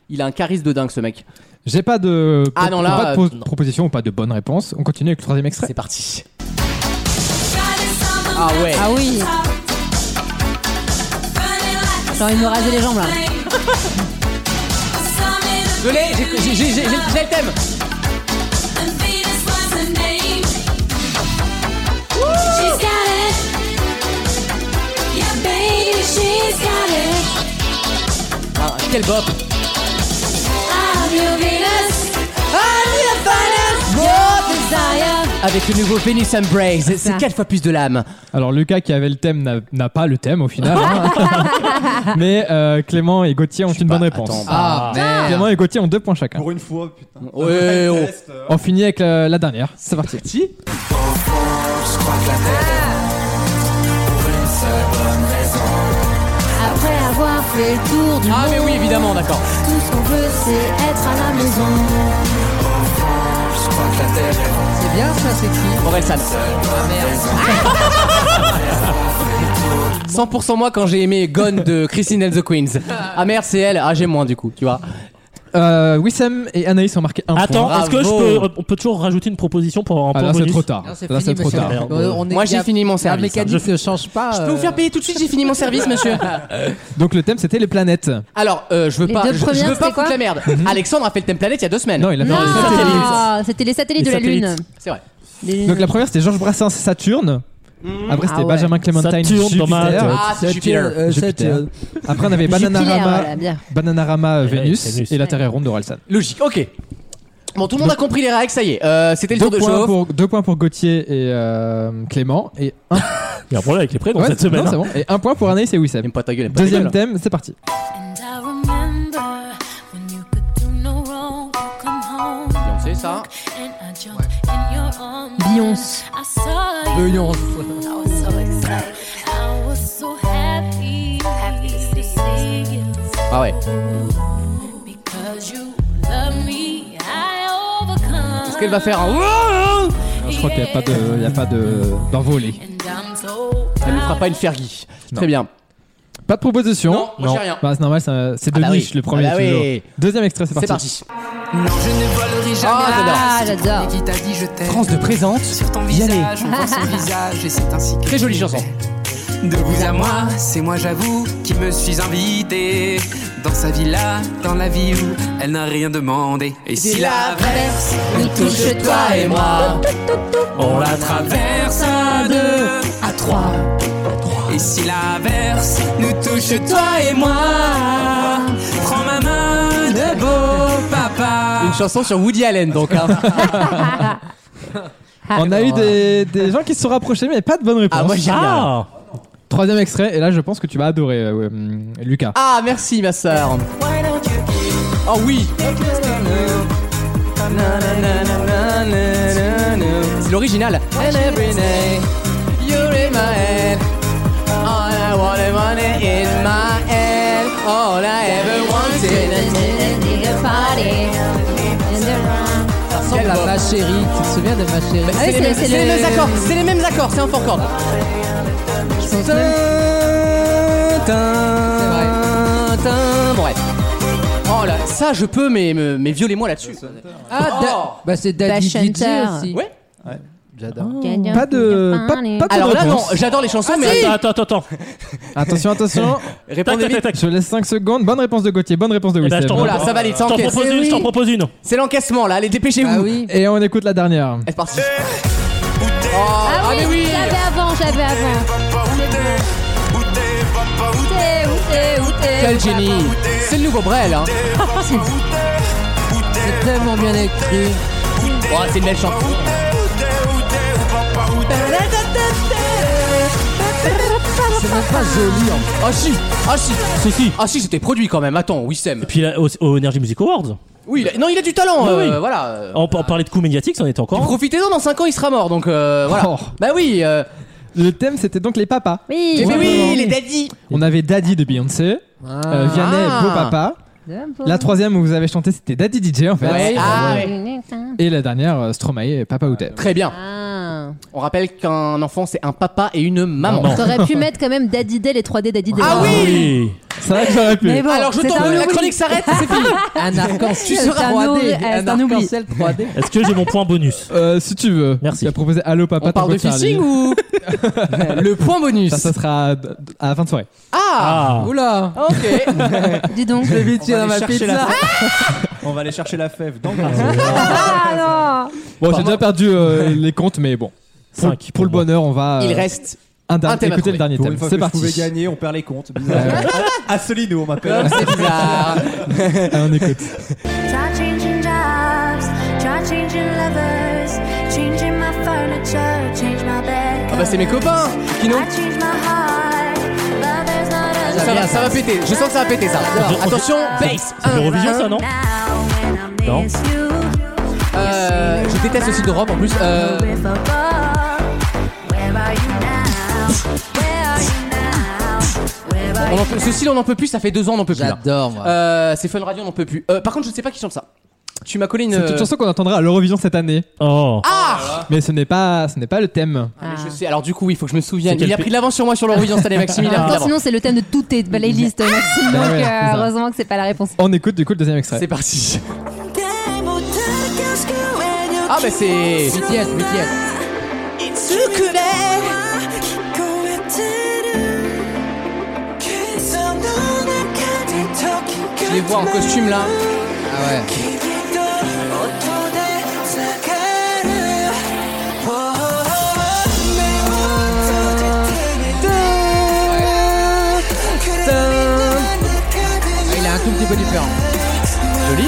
B: Il a un charisme de dingue, ce mec.
C: J'ai pas de,
B: Ah non, là,
C: pas de pro-
B: euh, non.
C: proposition ou pas de bonne réponse. On continue avec le troisième extrait.
B: C'est parti. Ah ouais.
D: Ah oui. Genre il me rasait les jambes là.
B: Désolé, j'ai j'ai- j'ai- j'ai- j'ai le thème.
J: He's got it.
B: Ah, quel bop
J: I'm your Venus. I'm your finest. Your desire.
B: Avec le nouveau Venus Embrace, c'est
D: Ça.
B: quatre fois plus de l'âme.
C: Alors Lucas qui avait le thème n'a- n'a pas le thème au final. hein. Mais euh, Clément et Gauthier ont une bonne réponse.
B: attends,
F: Ah, merde.
C: Clément et Gauthier ont deux points chacun.
G: Pour une fois, putain.
B: Ouais, on-
C: On finit avec euh, la, la dernière. C'est parti.
J: Après avoir fait le tour du
B: Ah, mais
J: monde,
B: oui, évidemment, d'accord.
J: tout ce qu'on veut, c'est être à la maison.
F: C'est bien ça, c'est qui
B: Orelsan. 100% moi quand j'ai aimé Gone de Christine and the Queens. Ah merde, c'est elle. Ah, j'ai moins du coup, tu vois.
C: Euh, Wissem et Anaïs ont marqué un
E: Attends,
C: point.
E: est-ce que je
B: Bravo.
E: peux, on peut toujours rajouter une proposition pour avoir un
C: Ah,
E: point
C: là c'est
E: bonus
C: trop tard.
F: Non, c'est
C: Là
F: fini,
C: c'est trop
F: monsieur.
C: tard.
E: tard.
F: Euh, on est-
B: Moi,
F: y
B: j'ai
F: a-
B: fini mon
F: La
B: service. hein.
F: mécanique ne change pas.
B: Je peux vous faire payer tout de suite, j'ai fini mon service, monsieur.
C: Donc le thème c'était les planètes.
B: Alors, euh, je veux
D: Les
B: pas,
D: deux
B: je, je
D: premières,
B: veux pas
D: c'était quoi
B: foutre la merde. Alexandre a fait le thème planète il y a deux semaines.
C: Non, il a fait
D: Non, Ah,
C: les
D: c'était les satellites
E: Les
D: de la Lune.
E: satellites.
B: C'est vrai.
D: Les-
C: Donc la première c'était Georges Brassens Saturne. Après c'était
D: Ah ouais.
C: Benjamin Clementine
E: Saturne dans ma
C: Jupiter.
E: tête.
B: Ah, c'est Jupiter.
C: Jupiter. Après on avait
D: Jupiter,
C: Bananarama,
D: voilà, bien.
C: Bananarama euh,
E: ouais,
C: Vénus
E: Vénus.
C: et la Terre est ronde d'Oralsan.
B: Logique, ok. Bon, tout le monde a compris les règles, ça y est. Euh, C'était le
C: Deux,
B: tour de
C: points
B: chauffe.
C: pour- deux points pour Gauthier et euh, Clément et un,
E: Il y a un problème avec les prénoms
C: Ouais,
E: cette semaine.
C: non,
E: hein.
C: c'est bon. et un point pour Anaïs et Wissem.
B: Même pas ta gueule, aime pas ta
C: Deuxième
B: gueule.
C: thème, c'est parti.
J: And I remember when you could do no wrong. You come home
B: Beyoncé, ça.
J: and I jumped in your arms.
D: Beyoncé.
J: I saw you.
F: Beyoncé.
J: I was so excited. I was so happy. Happy to see you.
B: Ah ouais.
J: Because you love me, I overcome.
B: Qu'est-ce qu'elle va faire hein
C: Je crois qu'il n'y a pas de, il y a pas de d'envolée.
J: And I'm so
B: Elle ne fera
J: proud.
B: pas une Fergie. Très bien.
C: Pas de proposition.
B: Non, moi, j'ai rien.
C: Bah, c'est normal, ça- c'est de
B: Ah bah
C: niche
B: oui.
C: le premier.
B: Ah bah
C: toujours.
B: oui.
C: Deuxième extrait, c'est
B: C'est
C: parti.
B: parti.
K: Je ne volerai jamais
B: Ah,
K: à
B: j'adore.
K: la
D: Ah, j'adore.
K: qui t'a dit je t'aime.
B: France de présente.
K: Sur ton
B: Y aller.
K: visage, on voit son visage et c'est ainsi que
B: Très jolie
K: je
B: chanson.
K: vais. De vous à moi, c'est moi j'avoue qui me suis invité dans sa villa, dans la vie où elle n'a rien demandé. Et si la verse nous touche toi et moi, on la traverse à deux, à trois. Et si la verse nous touche toi et moi, prends ma main de beau papa.
B: Une chanson sur Woody Allen, donc. hein.
C: On a eu des, des gens qui se sont rapprochés, mais pas de bonne réponse.
B: Ah, moi, j'ai rien.
E: Ah
C: Troisième extrait, et là je pense que tu vas adorer, euh, ouais, hum, Lucas.
B: Ah, merci, ma sœur.
F: Ah
B: Oh oui. C'est l'original. And every day, you're in my head. All I wanted, wanted in my head. All I ever wanted.
F: Ça ressemble à ma chérie. Tu te souviens de ma chérie
B: Bah,
D: Ah oui,
F: Eh,
B: C'est les,
D: c'est-
B: mêmes-
D: c'est
B: c'est les
D: le-
B: mêmes accords, c'est les mêmes accords, c'est en four chord.
F: Ils sont même- vrai.
B: Tin, Bon, ouais. Oh là, ça je peux, mais, mais, mais violez-moi là-dessus. Oh.
F: Ah, Da- bah c'est Daddy
D: Bash
F: DJ
D: Hunter.
F: aussi.
B: Ouais.
F: J'adore.
C: Pas de. Pas, pas de
B: Alors là, non,
C: réponse.
B: j'adore les chansons, mais
E: Attends, attends, attends, attends.
B: Ah. *laughs*
C: Attention, attention.
E: Tac,
B: répondez
E: tac, tac,
B: vite.
E: tac.
C: je laisse 5 secondes. Bonne réponse de Gauthier, bonne réponse de
E: Eh ben, je
C: Wissem.
E: t'en
B: Oh là, ça valide,
E: je
B: ça
E: t'en
B: encaisse.
E: propose une, je t'en propose une.
B: C'est l'encaissement là, allez,
F: Ah
B: dépêchez-vous.
F: oui.
C: et on écoute la dernière.
B: C'est parti. Oh, ah, mais oui
J: J'avais avant, j'avais avant.
B: Quel génie C'est le nouveau Brel, hein.
F: C'est tellement bien écrit.
B: *laughs* Oh, c'est une belle chanson.
F: C'est même pas joli en
B: Ah si Ah si
E: Si, si.
B: Ah si, c'était produit quand même, attends, Wissem.
E: Puis là, au, au Energy Music Awards,
B: Oui, il a- non, il a du talent,
E: Oui,
B: euh,
E: oui.
B: voilà. euh,
E: on, on parlait de coups médiatiques, ça en était encore. un.
B: Profitez-en, dans 5 ans, il sera mort, donc euh, voilà.
C: Oh.
B: Bah oui, euh,
C: Le thème c'était donc les papas.
D: Oui,
B: mais oui,
C: oui.
B: les daddies
C: On avait Daddy de Beyoncé, euh, Vianney,
B: Ah.
C: Beau Papa. La troisième où vous avez chanté c'était Daddy DJ en fait. Euh,
B: Ouais. Ah, ouais.
C: Et la dernière, euh, Stromae et Papa Outet.
B: Très bien.
D: Ah.
B: On rappelle qu'un enfant, c'est un papa et une maman.
D: T'aurais pu mettre quand même Daddy Day, les 3D Daddy Day.
B: Ah oui
C: C'est vrai que j'aurais pu.
D: Mais bon,
B: Alors, je
D: c'est
B: tombe,
D: un
B: la
D: oubli.
B: chronique s'arrête, c'est fini.
F: Un arc-en-ciel
D: C'est un
F: 3D.
D: oubli.
F: Un
D: C'est un oubli.
F: arc-en-ciel 3D.
E: Est-ce que j'ai mon
C: *laughs*
E: point bonus
C: Euh, si tu veux.
E: Merci.
C: Tu as proposé Allo Papa.
B: On parle de phishing ou
C: *laughs*
B: le point bonus
C: Ça, ça sera à- à la fin de soirée.
B: Ah,
E: Ah.
F: Oula.
C: *laughs*
B: Ok.
C: Bah
D: Ah Dis donc.
F: Je vais vite tirer dans ma *laughs* pizza.
G: On va aller chercher la fève dans le
D: Ah non
B: *laughs*
C: Bon, j'ai déjà perdu euh, les comptes, mais bon. Pour,
E: Cinq,
C: pour le
E: pour moi.
C: bonheur, on va. euh,
B: Il reste
C: un dernier.
B: Un thème à
C: Écoutez le
B: trouver.
C: dernier
G: Pour
C: thème.
G: une fois
C: C'est
G: que je pouvais
C: parti.
G: gagner, on perd les comptes. Bizarre. Asselineau, on m'appelle.
B: C'est bizarre.
C: Allez, *laughs* on écoute.
B: Euh.
J: Try changing jobs, try changing lovers, changing my furniture, change my bed.
B: Ah bah c'est mes copains qui nous.
J: I change my heart, but there's not a
B: Ça va, ça va péter. Je sens que ça va péter ça. Attention, bass.
E: C'est l'Eurovision, ça,
J: Ah.
E: non Non.
B: Euh, je déteste aussi de Rome en plus. Euh, on en peut- ce style on n'en peut plus, ça fait deux ans on n'en peut plus. là.
F: J'adore, moi.
B: Euh, c'est Fun Radio on n'en peut plus. Euh, par contre je ne sais pas qui chante ça. Tu m'as collé une.
C: C'est une chanson qu'on entendra à l'Eurovision cette année.
E: Oh.
B: Ah
C: Mais ce n'est pas, ce n'est pas le thème.
B: Ah, mais je sais. Alors du coup oui, il faut que je me souvienne.
E: C'est quel
B: Il a
E: pays
B: pris de l'avance sur moi sur l'Eurovision cette année, Maxime. Il a pris de
D: Attends,
B: l'avance.
D: sinon, c'est le thème de toutes tes playlists, Maxime.
C: Ah ouais,
D: Donc, euh,
C: c'est ça.
D: heureusement que c'est pas la réponse.
C: On écoute du coup le deuxième extrait.
B: C'est parti. Ah bah c'est.
F: BTS, BTS.
B: Je les vois en costume là.
F: Ah ouais. Ah, Il a un tout petit peu différent.
B: Joli.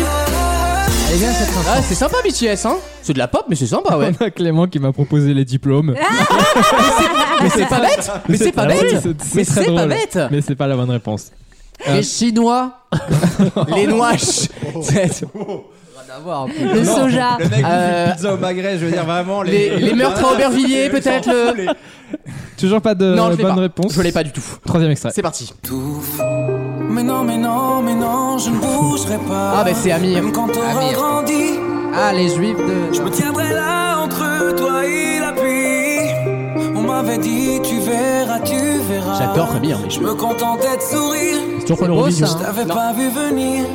F: Elle est bien cette chanson.
B: Ah c'est sympa BTS hein. C'est de la pop mais c'est sympa ouais.
C: *laughs* On a Clément qui m'a proposé les diplômes.
B: Ah, mais c'est pas bête. Mais c'est pas
C: Ah oui,
B: bête.
C: c'est- c'est
B: Mais
C: très
B: c'est Euh. pas
C: drôle.
B: bête.
C: Mais c'est pas la bonne réponse.
F: Les Chinois.
C: Oh.
B: Les noix.
D: Le soja.
G: Le mec qui
B: Euh,
G: fait pizza au magret, je veux dire vraiment.
B: Les, les meurtres à
C: *laughs*
B: Aubervilliers, peut-être le.
C: Toujours pas de
B: Non, je l'ai
C: bonne
B: pas.
C: réponse.
B: Je l'ai pas du tout.
C: Troisième extrait.
B: C'est parti.
K: Mais non, mais non, mais non, je ne bougerai pas.
B: Ah, bah c'est Amir.
K: Même quand on
F: Amir.
K: grandi,
F: Ah, les Juifs de.
K: je me tiendrai là entre toi et la pluie. On m'avait dit, tu verras, tu verras.
B: J'adore Amir, mais je-
K: Je me contentais de sourire,
E: C'est toujours pas
F: beau,
E: l'Eurovision.
F: ça, hein.
K: t'avais
B: Non.
K: pas vu venir.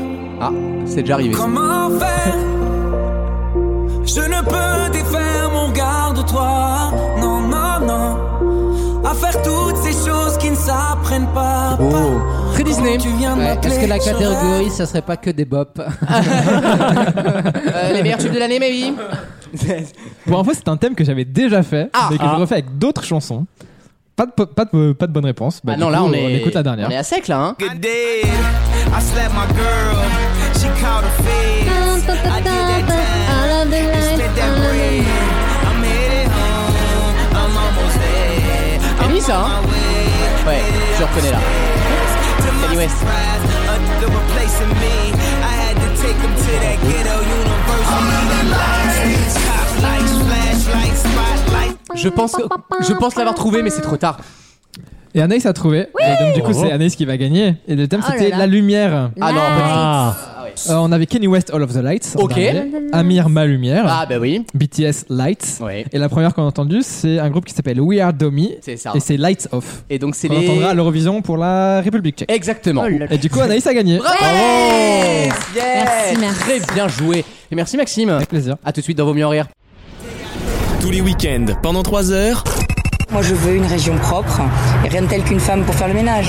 B: Ah, c'est déjà arrivé.
K: Comment faire Je ne peux défaire mon garde-toi. Non, non, non. À faire toutes ces choses qui ne s'apprennent pas.
B: Oh. Très Disney.
K: Tu viens de
F: Ouais,
K: m'appeler,
F: Est-ce que la
K: je
F: catégorie, ça serait pas que des bops
B: Euh, les meilleurs tubes de l'année, maybe.
C: Pour info, c'est un thème que j'avais déjà fait,
B: Ah.
C: mais que
E: Ah.
C: je refais avec d'autres chansons. Pas de, po- pas de, pas de bonne réponse. Bah,
B: Ah
C: du
B: non, là
C: coup,
B: on est.
C: écoute la dernière.
B: On est à sec là, hein.
K: Good day. I slapped my girl. She caught a fade. I
D: Ah,
K: did that time. I spent that bread. I'm headed home. I'm almost there.
B: T'as mis ça, hein. Ouais, je reconnais là.
K: To my
B: Kanye West.
K: surprise, a nigga replacing me. I had to take him to that ghetto university. Top lights, flashlights, spotlight.
B: Je pense, je pense l'avoir trouvé, mais c'est trop tard.
C: Et Anaïs a trouvé. et donc, du coup,
E: Bravo.
C: c'est Anaïs qui va gagner. Et le thème,
D: Oh là
C: c'était
D: là.
C: la lumière.
B: Ah non,
E: Ah.
C: Euh, on avait Kenny West All of the Lights. en
B: Ok.
C: dernier. Amir Ma Lumière.
B: Ah bah oui.
C: BTS Lights.
B: Ouais.
C: Et la première qu'on a entendue, c'est un groupe qui s'appelle We Are Domi.
B: C'est ça.
C: Et c'est Lights Off.
B: Ah. Et donc c'est
C: On entendra à
B: les.
C: l'Eurovision pour la République tchèque.
B: Exactement.
C: Et du coup, Anaïs a gagné.
B: Bravo. Oh Yes,
D: Merci, merci.
B: Très bien joué. Et merci Maxime.
C: Avec plaisir.
B: À tout de suite dans Vos mieux en rire.
A: Tous les week-ends, pendant 3 heures.
L: Moi, je veux une région propre et rien de tel qu'une femme pour faire le ménage.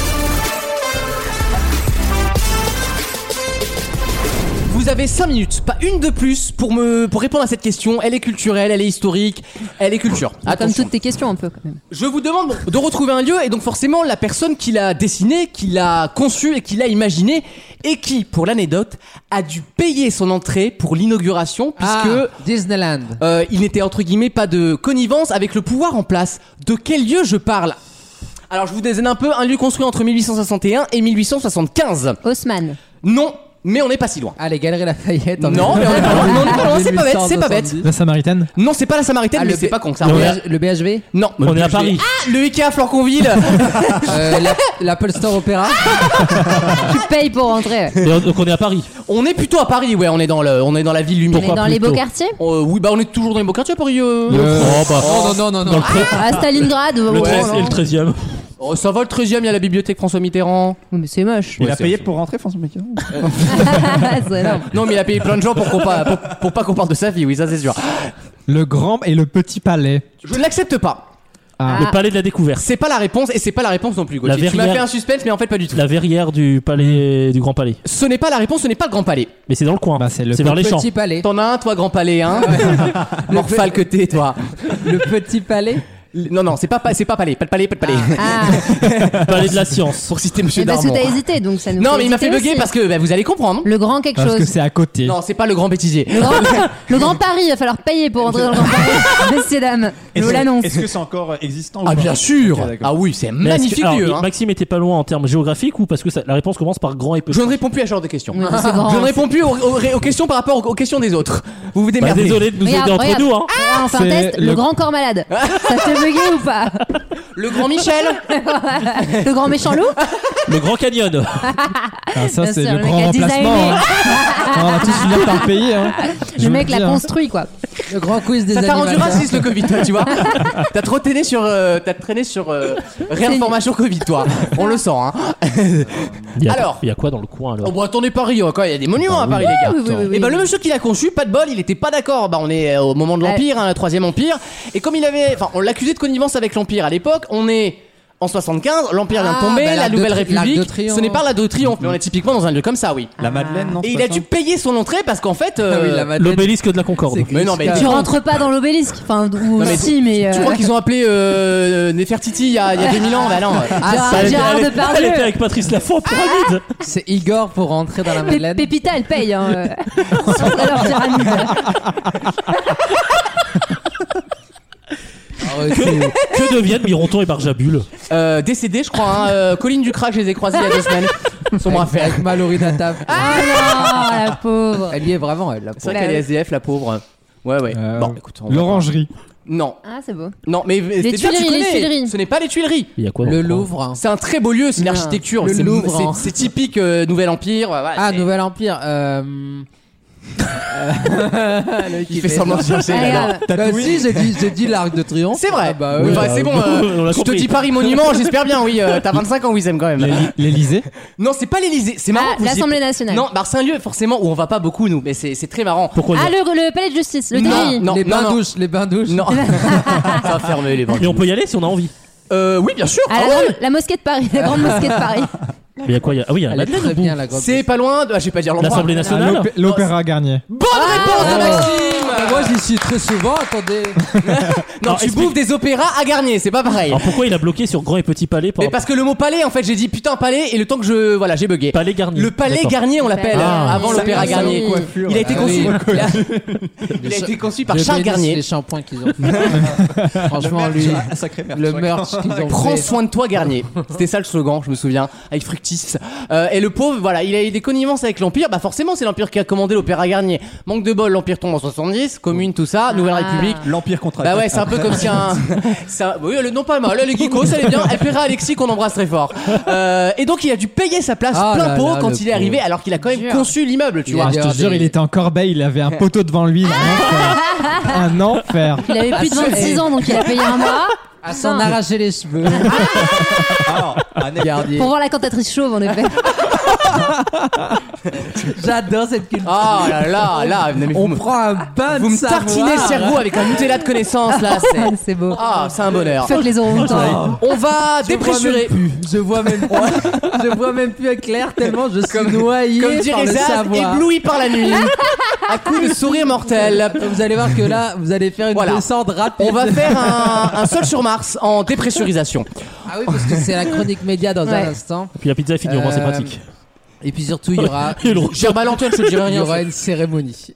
B: Vous avez 5 minutes, pas une de plus, pour me pour répondre à cette question. Elle est culturelle, elle est historique, elle est culture.
D: Comme
B: Eh, Attention.
D: toutes tes questions, un peu quand même.
B: Je vous demande de retrouver un lieu et donc forcément la personne qui l'a dessiné, qui l'a conçu et qui l'a imaginé et qui, pour l'anecdote, a dû payer son entrée pour l'inauguration
F: Ah,
B: puisque
F: Disneyland.
B: euh, il n'était entre guillemets pas de connivence avec le pouvoir en place. De quel lieu je parle Alors je vous désigne un peu un lieu construit entre 1861 et 1875.
D: Haussmann.
B: Non, mais on n'est pas si loin.
F: Ah, les Galeries Lafayette. en
B: Non, mais on est pas loin. Non, non, non, c'est pas bête, c'est pas bête.
F: *laughs* 1870.
C: La Samaritaine.
B: Non, c'est pas la Samaritaine,
F: Ah,
B: mais
F: le
B: c'est
F: B-
B: pas con ça.
F: Le, BH le BHV
B: Non,
E: On est à Paris.
B: Ah, le Ikea à
E: *laughs*
B: Florconville. *laughs*
F: euh, la- L'Apple Store Opera
B: Ah,
D: Tu payes pour rentrer. ouais.
E: Et on- donc on est à Paris.
B: On est plutôt à Paris, ouais, on est dans, le, on est dans la ville
D: On
B: lumière.
D: est dans les beaux
E: plutôt
D: quartiers
B: Euh, oui, bah on est toujours dans les beaux quartiers à Paris. euh.
E: Oh, bah,
F: Oh non, non, non,
E: Dans
F: non.
B: Ah
E: le, tre-
D: Ah, À Stalingrad
E: le
D: bon,
E: 13
D: non.
E: *laughs* et le 13 e
B: Oh, ça va le 13 e il y a la bibliothèque François Mitterrand.
D: Oui, Mais c'est moche.
G: Il a payé pour rentrer, François Mitterrand
D: Ah, C'est
B: *laughs*
D: énorme.
B: Non, mais il a payé plein de gens pour, qu'on pas, pour, pour pas qu'on parle de sa vie, oui, ça c'est sûr.
C: Le Grand et le Petit Palais.
B: Je ne l'accepte pas.
C: Ah.
E: Le palais de la découverte.
B: C'est pas la réponse et c'est pas la réponse non plus. Gauthier.
E: La
B: Tu m'as
E: verrière-
B: fait un suspense, mais en fait pas du tout.
E: La verrière du palais, du grand palais.
B: Ce n'est pas la réponse, ce n'est pas le Grand Palais.
E: Mais c'est dans le coin.
C: Bah,
E: c'est vers les champs.
B: palais. T'en as un, toi, Grand Palais, hein *laughs* Morphal que t'es, toi. Le petit palais Non, non, c'est pas, pa- c'est pas palais, pas de palais, pas de palais.
E: Ah.
B: *laughs*
E: palais de la science.
B: Pour citer
E: Eh
B: monsieur
D: Et Ah,
E: ben,
D: parce que
B: Darmon.
D: t'as hésité, donc ça nous
B: Non,
D: fait
B: mais il m'a fait
D: hésiter
B: bugger
D: aussi.
B: parce que bah, vous allez comprendre.
D: Le grand quelque chose.
B: à côté. Non, c'est pas le grand bêtisier.
D: Le grand, le grand Paris, il va falloir payer pour entrer dans le grand
B: *laughs*
D: Paris. Messieurs, dames, je
G: Est-ce
D: vous
G: que-
D: l'annonce.
G: Est-ce que c'est encore existant ou
B: Ah
G: pas
B: bien sûr
G: Ok, d'accord.
B: Ah oui, c'est
E: Mais est-ce que-
B: magnifique
E: alors,
B: lieu,
E: il-
B: hein.
E: Maxime était pas loin en termes géographiques ou parce que ça- la réponse commence par grand et petit.
B: Je ne réponds plus à ce genre de questions.
E: Oui, c'est grand,
B: je ne
E: c'est-
B: réponds plus aux, aux- aux questions par rapport aux, aux questions des autres. Vous vous
E: Bah,
B: démerdez.
E: désolé de nous aider entre nous. Hein.
D: Ah, on fait un
B: C'est
D: test, le...
B: le-
D: grand corps malade. ça te fait bugger ou pas
B: Le grand Michel
D: Le grand méchant loup
E: Le grand canyon.
C: Ah, ça,
D: Bien
C: c'est
D: sûr,
C: le
D: mec
C: grand
D: a
C: remplacement.
D: designé.
C: hein. On va tous finir par payer. hein. Je
D: Le
C: vous
D: mec
C: le
D: l'a
C: dis, hein.
D: construit, quoi. Le grand quiz
B: Ça t'a rendu raciste le Covid, toi, tu vois. *laughs* T'as trop traîné sur, euh, t'as traîné sur euh, réinformation Covid, toi. On le sent. Hein.
E: *laughs* Il y a-
B: Alors.
E: il y a quoi dans le coin alors
B: Oh, bon, attendez Paris, hein, quoi. Il y a des monuments à Paris, les gars.
D: oui, oui, oui.
B: Et bah, le monsieur qui l'a conçu, pas de bol, il était pas d'accord. Bah, on est euh, au moment de l'Empire, hein, le troisième Empire. Et comme il avait. Enfin, on l'accusait de connivence avec l'Empire à l'époque, on est. En 75, l'Empire vient de
F: Ah,
B: tomber,
F: bah,
B: la
F: l'Arc de
B: Nouvelle
F: Tri- l'Arc de
B: République,
F: Triomphe.
B: ce n'est pas la de Triomphe, mais on est typiquement dans un lieu comme ça, oui.
G: La Madeleine, non
B: Et
G: c'est
B: il
G: pas
B: a dû
G: ça
B: payer son entrée parce qu'en fait.
F: Ah oui,
B: euh,
F: la Madeleine.
E: L'obélisque de la Concorde.
F: C'est
B: Mais non, mais
F: Christophe.
D: Tu rentres pas dans l'obélisque. Enfin, ou
B: Euh, Non, mais
D: si, mais.
B: Tu
D: euh,
B: crois qu'ils ont appelé euh, Nefertiti il y, a, il y a 2000 ans Bah non.
D: Ah, Gérard-
E: elle, était,
D: Gérard
E: elle était-
D: Depardieu.
E: elle était avec Patrice Lafont en pyramide.
F: C'est Igor pour rentrer dans la
D: Pé-
F: Madeleine.
D: Pépita, elle paye. Hein, euh.
B: *laughs*
D: Alors, pyramide.
F: Ah
B: *laughs*
E: que,
D: Ah.
E: que deviennent Mironton et Barjabul
B: Euh, décédé, je crois. Hein, euh, Colline du crack, je les ai croisés il y a deux *laughs* semaines. Ils sont bras
F: Avec Mallory Nataf.
D: Ah non, la pauvre.
F: Elle y est vraiment, elle, la
B: C'est
F: pauvre.
B: vrai qu'elle est SDF, la pauvre. Ouais, ouais.
C: Euh,
B: Bon, écoute, on va-
C: L'orangerie.
B: Non,
D: Ah, c'est beau.
B: non, mais les
D: Tuileries, les Tuileries.
B: Ce n'est pas les Tuileries.
E: Il y a quoi dans
F: Le
E: coin
F: Louvre. hein.
B: C'est un très beau lieu, c'est une
F: Non,
B: architecture.
F: le
B: c'est-
F: Louvre,
B: c'est-
F: hein.
B: C'est typique euh, Nouvel Empire. ouais, ouais,
F: Ah,
B: c'est-
F: Nouvel Empire. euh, *laughs*
B: Il fait semblant de chercher.
D: Allez,
B: là.
D: euh,
F: Bah si, j'ai dit, j'ai dit l'Arc de Triomphe.
B: C'est vrai.
F: Ah bah
B: Oui,
F: oui.
B: bah, c'est bon. euh,
E: *laughs* on l'a
B: je te
E: compris.
B: dis Paris Monument, j'espère bien. Oui, euh, t'as 25 ans, Wissem, quand même.
C: L'Elysée.
B: Non, c'est pas l'Elysée. C'est marrant.
D: Ah,
B: que vous y-
D: l'Assemblée nationale.
B: Non, bah, c'est un lieu forcément où on va pas beaucoup, nous, mais c'est c'est très marrant.
E: Pourquoi
D: Ah, le, le palais de justice, le
B: Non,
D: TGI.
B: non.
F: les bains
B: non.
F: douches, les bains
D: *laughs*
F: douches.
B: Non. Ça va fermer les banques.
E: Et on peut y aller si on a envie.
B: Euh, oui, bien sûr.
D: Ah,
B: Ah
D: la,
B: ouais.
D: grande- la mosquée de Paris, la grande mosquée de Paris.
E: Mais il y a quoi il y a- Ah oui, il y a
B: Bah,
F: Elle est
E: la-
F: très bien la grande.
B: C'est pas loin de. Ah, je vais pas dire l'endroit.
E: l'Assemblée
C: Ah,
E: nationale.
C: l'opé- L'Opéra Garnier.
B: Bonne réponse de
F: Ah,
B: Maxime
F: moi j'y suis très souvent, attendez.
B: Non,
E: Alors,
B: tu
E: explique.
B: bouffes des opéras à Garnier, c'est pas pareil.
E: Alors pourquoi il a bloqué sur grand et petit palais par
B: Mais parce que le mot palais, en fait, j'ai dit putain palais et le temps que je. Voilà, j'ai bugué.
E: palais Garnier
B: Le palais
E: D'accord.
B: Garnier, on l'appelle, hein, euh,
E: Ah.
B: avant l'opéra
D: Ah,
B: Garnier.
D: oui.
B: Il a été
F: Ah,
B: conçu.
F: oui.
B: Il a- *laughs* Il a été conçu *laughs* par
F: Je
B: Charles
F: bénis Les
B: Garnier.
F: shampoings qu'ils
B: *laughs*
F: ont fait. Franchement, lui,
G: Ah, sacré merde.
F: le meurtre qu'ils ont
B: Prends
F: fait.
B: soin de toi, Garnier. C'était ça le slogan, je me souviens, avec Fructis. Euh, et le pauvre, voilà, il a eu des connivences avec l'Empire. Bah forcément, c'est l'Empire qui a commandé l'opéra Garnier. Manque de bol, l'Empire tombe en 70, commune, tout ça, Nouvelle
D: Ah.
B: République.
G: L'Empire contre
B: Bah ouais, c'est un peu comme si un. *laughs* c'est un- Oui, elle est non pas mal. Elle est geekos, elle est bien. Elle plaira à Alexis qu'on embrasse très fort. Euh, et donc il a dû payer sa place
F: Ah
B: plein
F: là
B: pot
F: là,
B: quand
F: le
B: il est arrivé,
F: pauvre.
B: alors qu'il a quand même
D: Dur.
B: conçu l'immeuble, tu
F: Il
B: vois.
F: a
C: Ah, je te
F: Regardez.
C: jure, il était en corbeil, il *laughs* avait un poteau devant lui. Un enfer. Un enfer.
D: Il avait plus de 26 ans, donc il a payé
B: *laughs*
D: un mois.
F: À s'en
D: Putain.
F: arracher les cheveux.
B: Ah.
G: Alors, Annette Gardier.
D: Pour voir la cantatrice chauve, en effet.
F: J'adore cette culture.
B: Ah là
F: *laughs*
B: là là, non, mais vous
F: On
B: me,
F: prend un bain de
B: vous me
F: savoir.
B: tartinez le cerveau avec un Nutella de connaissance là. c'est-
D: C'est beau.
B: Ah, c'est un bonheur.
D: Faites les orang-outans.
B: On va
F: Je vois même
B: dépressurer.
F: plus. Je vois même plus. je vois même plus clair tellement je suis noyé
B: Comme
F: par
B: dirait
F: le
B: Zaz,
F: savoir.
B: ébloui par la nuit. À coup de sourire mortel.
F: Vous allez voir que là, vous allez faire une
B: Voilà.
F: descente rapide.
B: On va faire un, un sol sur Mars en dépressurisation.
F: Ah oui, parce que c'est la chronique média dans
D: Ouais.
F: un instant.
E: Puis la pizza est finie, au moins c'est
F: Euh,
E: pratique.
F: Et puis surtout, *laughs* il y aura,
E: Et le-
B: Germain Antoine, je te dirai
F: il y
B: rien.
F: aura une *laughs* cérémonie.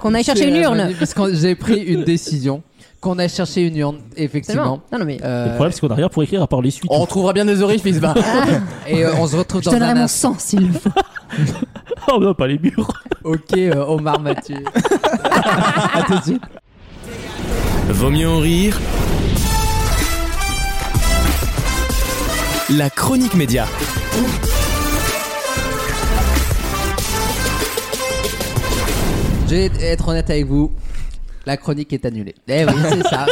D: Qu'on aille chercher une urne.
F: Cérémonie, Parce que j'ai pris une décision. Qu'on a cherché une urne, effectivement.
D: Absolument. Non, non, mais.
F: Euh,
E: Le problème, c'est qu'on a rien pour écrire à part les suites.
B: On trouvera bien des orifices, bah.
F: *laughs* et euh, on se retrouve
D: Je
F: dans
D: donnerai
F: un
D: mon
F: instant.
D: sang s'il le faut.
E: *laughs* Oh non, pas les murs.
F: Ok, euh,
D: *laughs*
F: Omar Mathieu. à tout de suite.
A: Vaut mieux en rire. La chronique média.
F: Je vais être honnête avec vous, la chronique est annulée. Eh oui, c'est ça.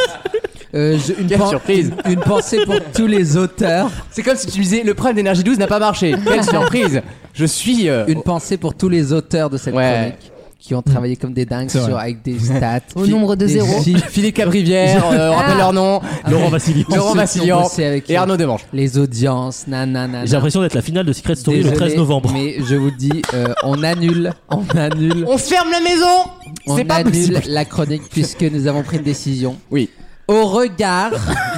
F: Euh, je- une,
B: Quelle
F: pen-
B: surprise.
F: une- une pensée pour tous les auteurs,
B: C'est comme si tu me disais le prime d'énergie 12 n'a pas marché. Quelle surprise Je suis. euh,
F: une pensée pour tous les auteurs de cette
B: Ouais.
F: chronique qui ont travaillé comme des dingues
B: C'est vrai.
F: sur, avec des stats.
D: Au nombre de zéros.
B: Philippe Cabrivière, euh, *laughs* on rappelle leur nom.
E: Laurent Vassilian.
B: Laurent Vassilian.
F: et Arnaud Demange. Les audiences, nanana.
E: J'ai l'impression d'être la finale de Secret Story le
F: Ah, Désolé,
E: 13 novembre. *laughs*
F: Mais je vous dis, euh, on annule, on annule,
B: On se ferme la maison
F: on
B: C'est pas
F: annule
B: possible.
F: la chronique puisque nous avons pris une décision.
B: Oui.
F: Au regard,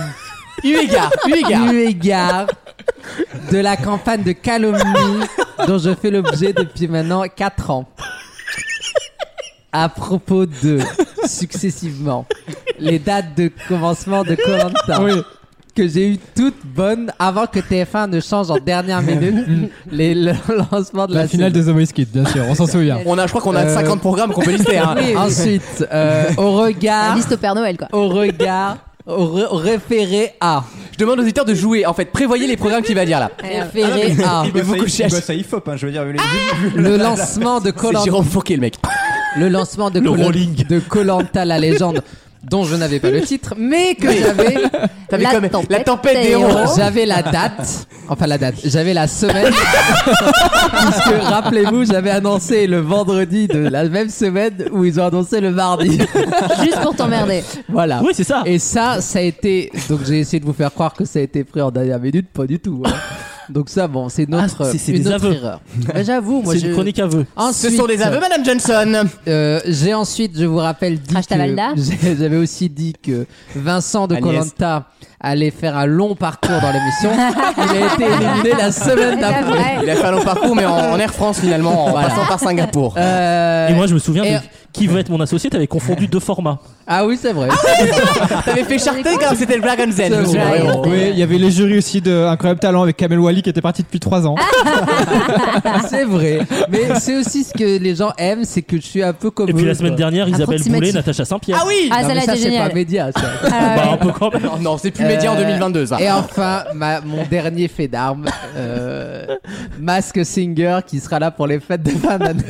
B: *laughs* Eu égard, eu égard.
F: eu égard de la campagne de calomnie dont je fais l'objet depuis maintenant 4 ans. À propos de, successivement, les dates de commencement de Colanta
C: Oui.
F: que j'ai eu toutes bonnes avant que TF1 ne change en
B: *laughs*
F: dernière minute les, le lancement de la,
C: La finale
F: saison.
C: des Homo Kids, bien sûr, on s'en *laughs* souvient.
B: On a, je crois qu'on a
F: Euh,
B: 50 programmes qu'on peut *laughs* lister. hein.
D: Oui, oui.
F: Ensuite, euh, au
D: La
B: Ah.
F: regard,
D: liste au Père Noël, quoi.
F: au regard, au, re- au référé à,
B: Je demande aux auditeurs de jouer. En fait, prévoyez les programmes qu'il va dire là. Ah,
F: référé à,
B: mais vous couchez à-
G: ça IFOP, hein, je veux dire. vu les- vu- vu-
F: le lancement de
B: C'est
F: Colanta,
B: Jérôme Fourquet, le mec.
F: le lancement de
E: Le
F: Colo-
E: rolling.
F: de Colanta la légende, dont je n'avais pas le titre, mais que
B: *laughs*
F: j'avais,
B: T'avais
D: La
B: comme
D: tempête
B: la tempête
D: des
B: des héros.
D: héros.
F: j'avais la date, enfin la date, j'avais la semaine,
B: *laughs*
F: puisque rappelez-vous, j'avais annoncé le vendredi de la même semaine où ils ont annoncé le mardi, *laughs*
D: Juste pour t'emmerder.
F: voilà.
E: Oui, c'est ça.
F: Et ça, ça a été. Donc j'ai essayé de vous faire croire que ça a été pris en dernière minute, pas du tout. hein. Donc ça, bon, c'est notre,
E: Ah, c'est- c'est
F: une
E: des
F: autre
E: aveux.
F: erreur. Mais J'avoue, moi,
E: C'est
F: je-
E: une chronique à vœux.
B: Ce
F: Ensuite,
B: sont des aveux, Madame Johnson.
F: euh, j'ai ensuite, je vous rappelle, dit
D: Rachta Valda.
F: que *laughs* j'ai- j'avais aussi dit que Vincent de
B: Agnès.
F: Colanta allait faire un long parcours dans l'émission. *laughs* Il a été éliminé la semaine
D: C'est
F: d'après.
D: vrai.
B: Il a fait un long parcours, mais en, en Air France finalement, en
F: Voilà.
B: passant par Singapour.
F: Euh,
E: Et moi, je me souviens
F: et-
E: de qui veut être mon associé. T'avais confondu deux formats.
F: Ah oui, c'est vrai. *laughs*
B: T'avais fait charter quand c'était le Black on Zen.
F: C'est
B: je me souviens.
F: vrai.
B: Ouais, bon.
C: Oui, il y avait les jurys aussi de Incroyable Talent avec Kamel Wally qui était parti depuis 3 ans.
F: c'est vrai. Mais c'est aussi ce que les gens aiment, c'est que je suis un peu comme.
E: Et puis
F: eux,
E: la semaine
F: quoi.
E: dernière, Isabelle Boulay,
D: Approximatif.
E: Natacha Saint-Pierre.
B: Ah oui
D: Ah,
F: Non, mais
D: celle-là
F: ça,
D: était
F: c'est pas
D: géniale.
F: média, ça. *laughs*
E: Bah,
D: Ah,
E: un peu quand même.
B: Non, non, c'est plus média en
F: Euh,
B: 2022 ça.
F: Et enfin, ma- mon dernier fait d'armes, Masque Singer, qui sera là pour les fêtes de
B: *laughs*
F: fin d'année.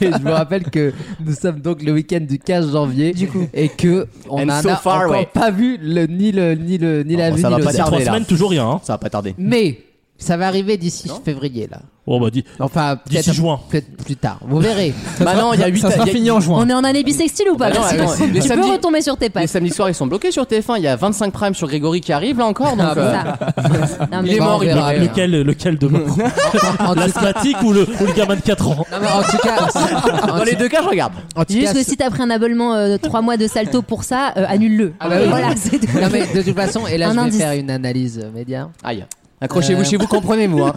F: et je vous rappelle que nous sommes donc le week-end du 15 janvier. Et que on
B: And
F: n'en
B: so
F: a
B: far
F: encore
B: away.
F: pas vu le, ni le, ni le, ni la
B: bon,
F: vue,
B: ça
F: ni
B: va
F: le
B: pas
F: son.
E: Trois
B: Regardez, là.
E: semaines, toujours rien. hein.
B: Ça va pas tarder.
F: Mais ça va arriver d'ici février, là.
E: Oh, bah, dis-
F: Enfin,
E: D'ici
F: peut-être
E: juin.
F: peut-être plus tard. Vous verrez.
B: Maintenant, il y a 8
C: Ça sera fini en juin.
D: On est en année bisextile ou pas
B: Bah non,
D: Parce que
B: attends, les
D: Tu peux
B: samedis-
D: retomber sur tes
B: Les
D: pattes.
B: samedis soirs, ils sont bloqués sur TF1. Il y a 25 primes sur Grégory qui arrive là encore. Donc, euh,
D: Ça. Non,
B: il est
D: bon.
B: mort, il est
F: verra
B: mort.
F: bien.
E: Lequel, lequel demain
F: *laughs* En tout,
E: L'asthmatique ou le, ou le gamin de 4 ans Bah,
F: non, mais en tout cas, en
B: Dans les deux cas, je regarde.
F: en tout
D: Juste
F: cas,
D: que si t'as pris un abonnement euh, de 3 mois de salto pour ça, euh, annule-le.
F: Ah bah oui.
D: Voilà, c'est tout.
F: non, mais de toute façon, et là,
D: Un
F: je vais
D: indice.
F: faire une analyse euh, média.
B: Aïe. Accrochez-vous
F: Euh.
B: chez vous, comprenez-vous.
E: *laughs*
B: hein.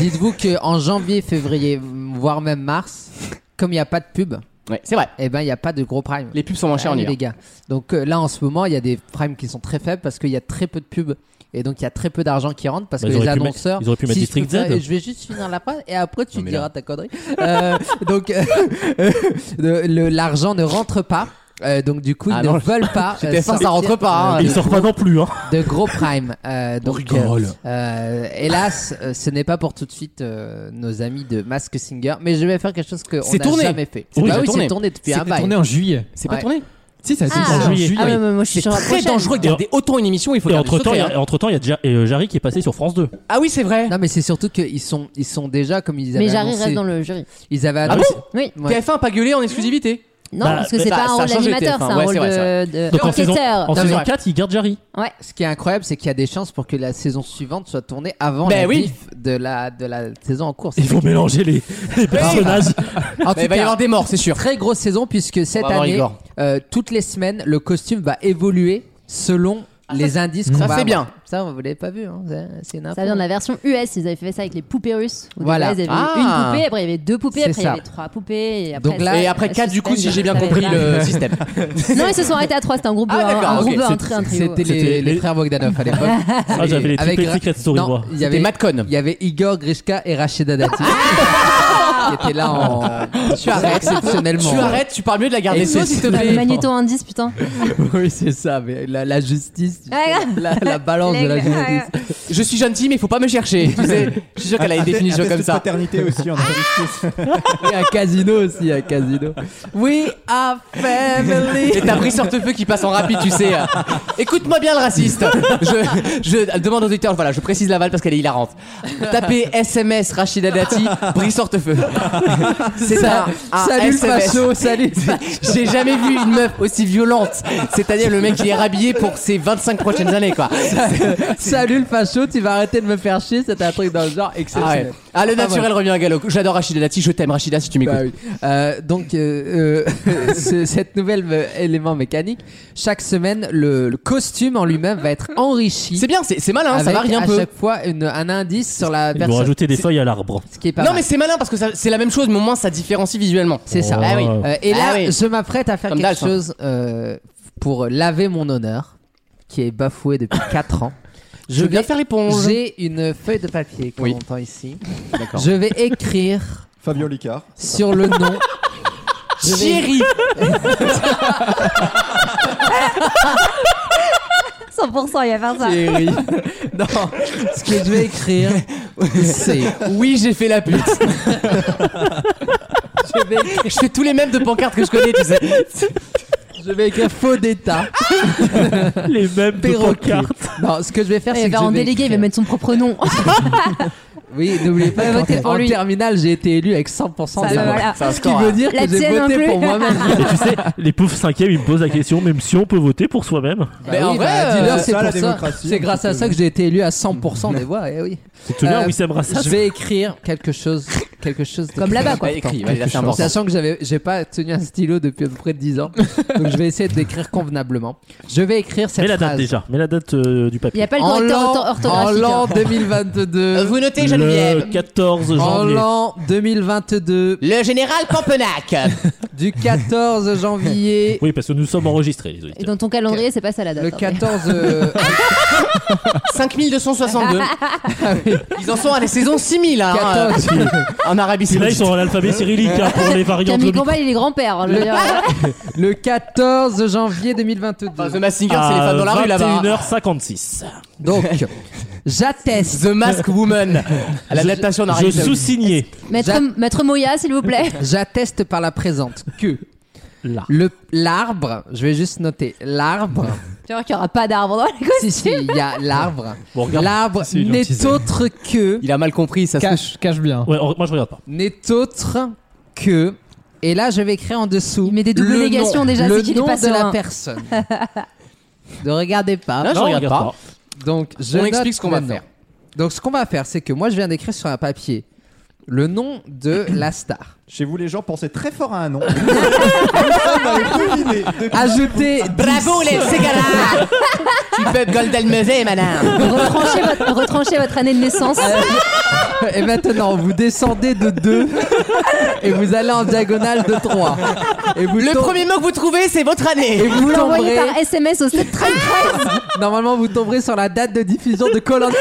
F: Dites-vous qu'en janvier, février, voire même mars, comme il n'y a pas de pub,
B: Ouais, c'est vrai.
F: eh ben il n'y a pas de gros prime.
B: Les pubs sont moins chères en
F: Allez,
B: hiver.
F: Ah, les gars. Donc euh, là en ce moment, il y a des primes qui sont très faibles parce qu'il y a très peu de pubs et donc il y a très peu d'argent qui rentre parce
E: Bah,
F: que
E: ils
F: les
E: auraient pu
F: annonceurs.
E: mettre- ils auraient pu mettre
F: si je
E: District
F: peux faire-
E: Z.
F: et Je vais juste finir la phrase et après tu
B: Non, mais
F: diras ta connerie. Euh, *laughs* donc euh, le- le- l'argent ne rentre pas. Euh, donc du coup,
B: Ah
F: ils
B: non.
F: ne veulent
E: *laughs*
F: pas. euh,
B: Chez TF1, ça
F: sortir
B: rentre pas, hein.
F: de
E: Il sort pas non plus. Hein.
F: de gros prime. Euh, donc,
B: Oh,
E: rigole.
F: euh, euh, hélas, euh, ce n'est pas pour tout de suite euh, nos amis de Mask Singer, mais je vais faire quelque chose qu'on
B: C'est
F: n'a
B: tourné.
F: jamais fait.
B: Oui,
F: Bah
B: c'est
F: oui,
B: tourné.
F: c'est tourné depuis un
C: C'était
F: bail.
C: tourné en juillet.
B: C'est pas
F: Ouais.
B: tourné.
C: Ah, bah, Si, ça a été
D: Ah.
C: tourné en juillet.
D: Ah ouais, mais moi je suis
B: C'est
D: sur la
B: très
D: prochaine.
B: dangereux de garder autant une émission. Il faut
E: Et
B: garder le
E: entre temps, il y
B: secret,
E: a, entre temps, il y a Ja- euh, Jarry qui est passé sur France 2.
B: hein. Ah oui, c'est vrai.
F: Non, mais c'est surtout qu'ils sont, ils sont déjà comme ils avaient
D: Mais Jarry
F: annoncé.
D: reste dans le jury.
F: Ils avaient
E: Ah
F: annoncé.
D: Oui.
F: Ouais.
B: TF1 a pas gueulé en exclusivité.
D: Non,
E: Bah,
D: parce que
E: bah,
D: c'est
B: ça-
D: pas
B: ça a
D: un rôle
B: changé,
D: d'animateur, c'est
B: TF1.
D: un
B: Ouais,
D: rôle
B: c'est vrai,
D: de, de
E: Donc en saison,
D: enquêteur.
E: en
F: Non,
E: saison
F: mais-
E: 4, il garde Jarry.
F: Ce qui est incroyable, c'est qu'il y a des chances pour que la saison suivante soit tournée avant
B: Ben
F: la
B: oui.
F: diff de la de la saison en cours.
E: Ils vont mélanger les, les personnages.
F: En
B: Mais
F: tout
B: il va y
F: cas,
B: avoir des morts, c'est sûr.
F: Très grosse saison puisque cette
B: va avoir
F: année,
B: Igor.
F: euh, toutes les semaines, le costume va évoluer selon les indices qu'on
B: ça,
F: va
B: c'est
F: avoir.
B: bien.
F: Ça, vous l'avez pas vu, hein. C'est- c'est une info.
D: Ah, Ça vient de la version US, ils avaient fait ça avec les poupées russes. Au
F: Voilà.
D: départ, Ils avaient
B: Ah.
D: une poupée, après il y avait deux poupées,
F: C'est
D: après il y
F: ça.
D: avait trois poupées. Et après,
F: Donc là-
D: ça-
B: Et après 4 du coup, si
D: suspense,
B: j'ai bien
D: ça avait
B: compris
D: là.
B: le système.
D: Non, ils se sont arrêtés à trois, c'était un groupe,
B: Ah,
D: un- un,
B: d'accord, ok.
D: groupe, un,
B: C'est-
D: tri- un trio.
F: C'était
E: C'était
F: les, les
E: les-
F: frères Bogdanov
B: *laughs*
F: à l'époque.
E: Ah, j'avais les
F: Avec
E: triplés
F: Ra-
E: Secret Story,
F: Non,
E: moi.
F: *laughs* Il y
B: C'était
F: avait
B: Matcon.
F: il y avait Igor Grishka et
B: *laughs*
F: Rachida Dati qui étaient là en
B: Tu arrêtes.
F: exceptionnellement.
B: Tu arrêtes, tu parles mieux de la garde des Sceaux, s'il te
D: Ah, le
B: plaît.
D: magnéto indice,
F: *laughs*
D: putain.
F: Oui, c'est ça, mais la, la justice, tu sais, la, la balance de la
D: L'aigle.
F: justice.
B: je suis gentille, mais il faut pas me chercher. Tu sais, je suis sûr qu'elle a
G: Un- un
B: une
G: te-
B: définition
G: un
B: comme
G: test
B: ça.
G: de paternité aussi, on a
F: Et un casino aussi, un casino. We
D: Ah,
F: are family.
B: Et t'as pris sorte-feu qui passe en rapide, tu sais. Écoute-moi bien, le raciste. Je, je demande aux auditeurs, voilà, je précise la Laval parce qu'elle est hilarante. Tapez SMS Rachida
F: *laughs*
B: Dati, bris sorte-feu. C'est un, un
F: Salut le
B: SMS.
F: facho, *laughs* salut.
B: J'ai jamais vu une meuf aussi violente. C'est-à-dire le mec qui est rhabillé pour ses 25 prochaines années, quoi.
F: *laughs* Salut le facho, tu vas arrêter de me faire chier, c'était un truc dans le genre
B: Ah,
F: exceptionnel.
B: ouais. ah le
F: Pas
B: naturel
F: mal.
B: revient à galop. J'adore Rachida Dati, je t'aime Rachida si tu m'écoutes.
F: Bah oui. Euh, donc, euh, euh, *laughs* ce- cette nouvelle euh, élément mécanique, chaque semaine, le, le costume en lui-même va être enrichi.
B: C'est bien, c'est c'est malin, hein, ça
F: avec
B: varie un
F: à
B: peu.
F: chaque fois une- un indice sur la
E: Ils vont
F: personne.
E: rajouter des
F: C'est-
E: feuilles à l'arbre.
F: Ce qui est pas
B: non
F: mal.
B: mais c'est malin parce que ça- c'est la même chose mais au moins ça différencie visuellement.
E: Oh.
F: C'est ça.
B: Ah oui.
F: Euh, et là,
B: Ah oui.
F: je m'apprête à faire
B: Comme hein.
F: quelque
B: Dalton.
F: chose euh, pour laver mon honneur, qui est bafoué depuis *laughs* 4 ans.
B: Je veux bien faire l'éponge.
F: J'ai une feuille de papier qu'on
B: Oui.
F: entend ici.
B: D'accord.
F: Je vais écrire
G: Fabio Licard.
F: sur
B: *laughs*
F: le nom. Je vais-
B: Chérie
M: 100%, il va faire ça.
F: *laughs* Thierry. Bah. non, ce que je vais écrire, c'est.
B: Oui, j'ai fait la pute. je, vais- je fais tous les mêmes de pancartes que je connais, tu sais.
F: Je vais écrire faux d'état.
E: *laughs* Les mêmes
F: Perroquet.
E: pancartes.
F: Non, ce que je vais faire, c'est
D: Il
F: que
D: va
F: je
D: en
F: vais
D: délégué, il va
F: écrire-
D: mettre son propre nom.
F: Oui, n'oubliez pas
D: Ouais,
F: qu'en
D: votez
F: ter-
D: pour
F: en
D: lui.
F: terminale, j'ai été élu avec 100%
D: Ça,
F: des voix.
D: voilà.
B: C'est un
F: Ce qui
B: score,
F: veut
B: hein.
F: dire
D: La
F: que j'ai
D: tienne non
F: voté
D: plus. Bah *laughs*
F: pour moi-même.
E: Et tu sais, les pauvres cinquièmes, ils me posent la question, même si on peut voter pour soi-même.
B: Mais en vrai,
D: bah,
B: euh,
F: dis-leur,
G: c'est
F: Ben c'est
G: ça, la
F: pour ça.
G: démocratie,
F: C'est
G: un
F: grâce
G: petit
F: à
G: peu.
F: ça que j'ai été élu à 100% des voix. Eh oui.
E: Tu te souviens,
F: Euh,
E: Wissem Rassage
F: Je vais écrire quelque chose, quelque chose de
D: Comme
F: très
D: là-bas, quoi.
F: important.
B: Écris, ouais, là, c'est
F: Quelque
B: important.
F: chose. Sachant que j'avais, j'ai pas tenu un stylo depuis à peu près 10 ans, donc je vais essayer de d'écrire convenablement. Je vais écrire cette
E: Mets la date
F: phrase.
E: déjà, mets la date euh, du
D: Il n'y
E: papier.
D: a pas le
F: En
D: correcteur ortho-
F: l'an, en
D: orthographique.
F: l'an
D: hein.
F: 2022.
B: Euh, Vous notez, Geneviève
E: Le 14
F: En
E: janvier.
F: l'an 2022,
B: Le général *laughs* Campenac.
F: du 14 janvier.
E: Oui, parce que nous sommes enregistrés, les
D: Et
E: auditeurs.
D: dans ton calendrier, c'est pas ça la date.
F: Le
D: hein.
F: 14. euh,
D: Ah,
B: 5262.
F: ah
B: Ils en sont à la saison 6000 hein,
F: 14
B: euh, en Arabie
E: Puis là, ils
B: Saoudite.
E: sont en alphabet cyrillique hein, pour les variantes.
D: Camille
E: de
D: Combal, il est grand-père. hein, je veux dire.
F: le 14 janvier 2022.
B: Enfin, The Massinger, hein, c'est les femmes dans la rue là-bas.
E: 21h56.
F: Donc, j'atteste.
B: The Mask Woman. À L'adaptation en
E: Je
B: Arabie Saoudite.
E: sous-signais.
D: Maître,
F: J'a-
D: Maître Moya, s'il vous
F: *laughs*
D: plaît.
F: J'atteste par la présente que
E: Là.
F: le l'arbre, je vais juste noter
D: *laughs*
F: l'arbre.
D: Tu vois qu'il n'y aura pas d'arbre dans la costume.
F: *laughs* si si, il y a l'arbre.
E: Bon, regarde.
F: l'arbre
C: C'est une
F: n'est
C: hantise.
F: autre que
B: Il a mal compris, ça se trouve.
C: Cache, cache bien.
E: Ouais, on- moi je regarde pas.
F: n'est autre que et là je vais écrire en dessous.
D: Il met des doubles
F: le
D: négations
F: nom,
D: déjà,
F: le
D: c'est qu'il est
F: nom
D: pas
F: de la
D: serein. *laughs*
F: personne. ne regardez pas.
B: Non, je
E: on
B: regarde pas.
F: Donc, je
B: On
F: note
B: explique ce qu'on va
F: le nom.
B: faire.
F: Donc, ce qu'on va faire, c'est que moi, je viens d'écrire sur un papier le nom de la star.
G: Chez vous, les gens pensaient très fort à un nom. Nous sommes à le deviner depuis-
F: Ajouter.
B: Bravo *laughs* les cigarettes Tu peux Golden Musée, madame.
D: Retranchez votre, retranchez votre année de naissance.
F: Euh, Et maintenant, vous descendez de 2 et vous allez en diagonale de 3. Et vous
B: Le
F: tom-
B: premier mot que vous trouvez, c'est votre année.
F: Et vous,
D: Vous l'envoyez
F: tomberez.
D: par SMS au 7 13
F: *laughs* Normalement, vous tomberez sur la date de diffusion de Colanta.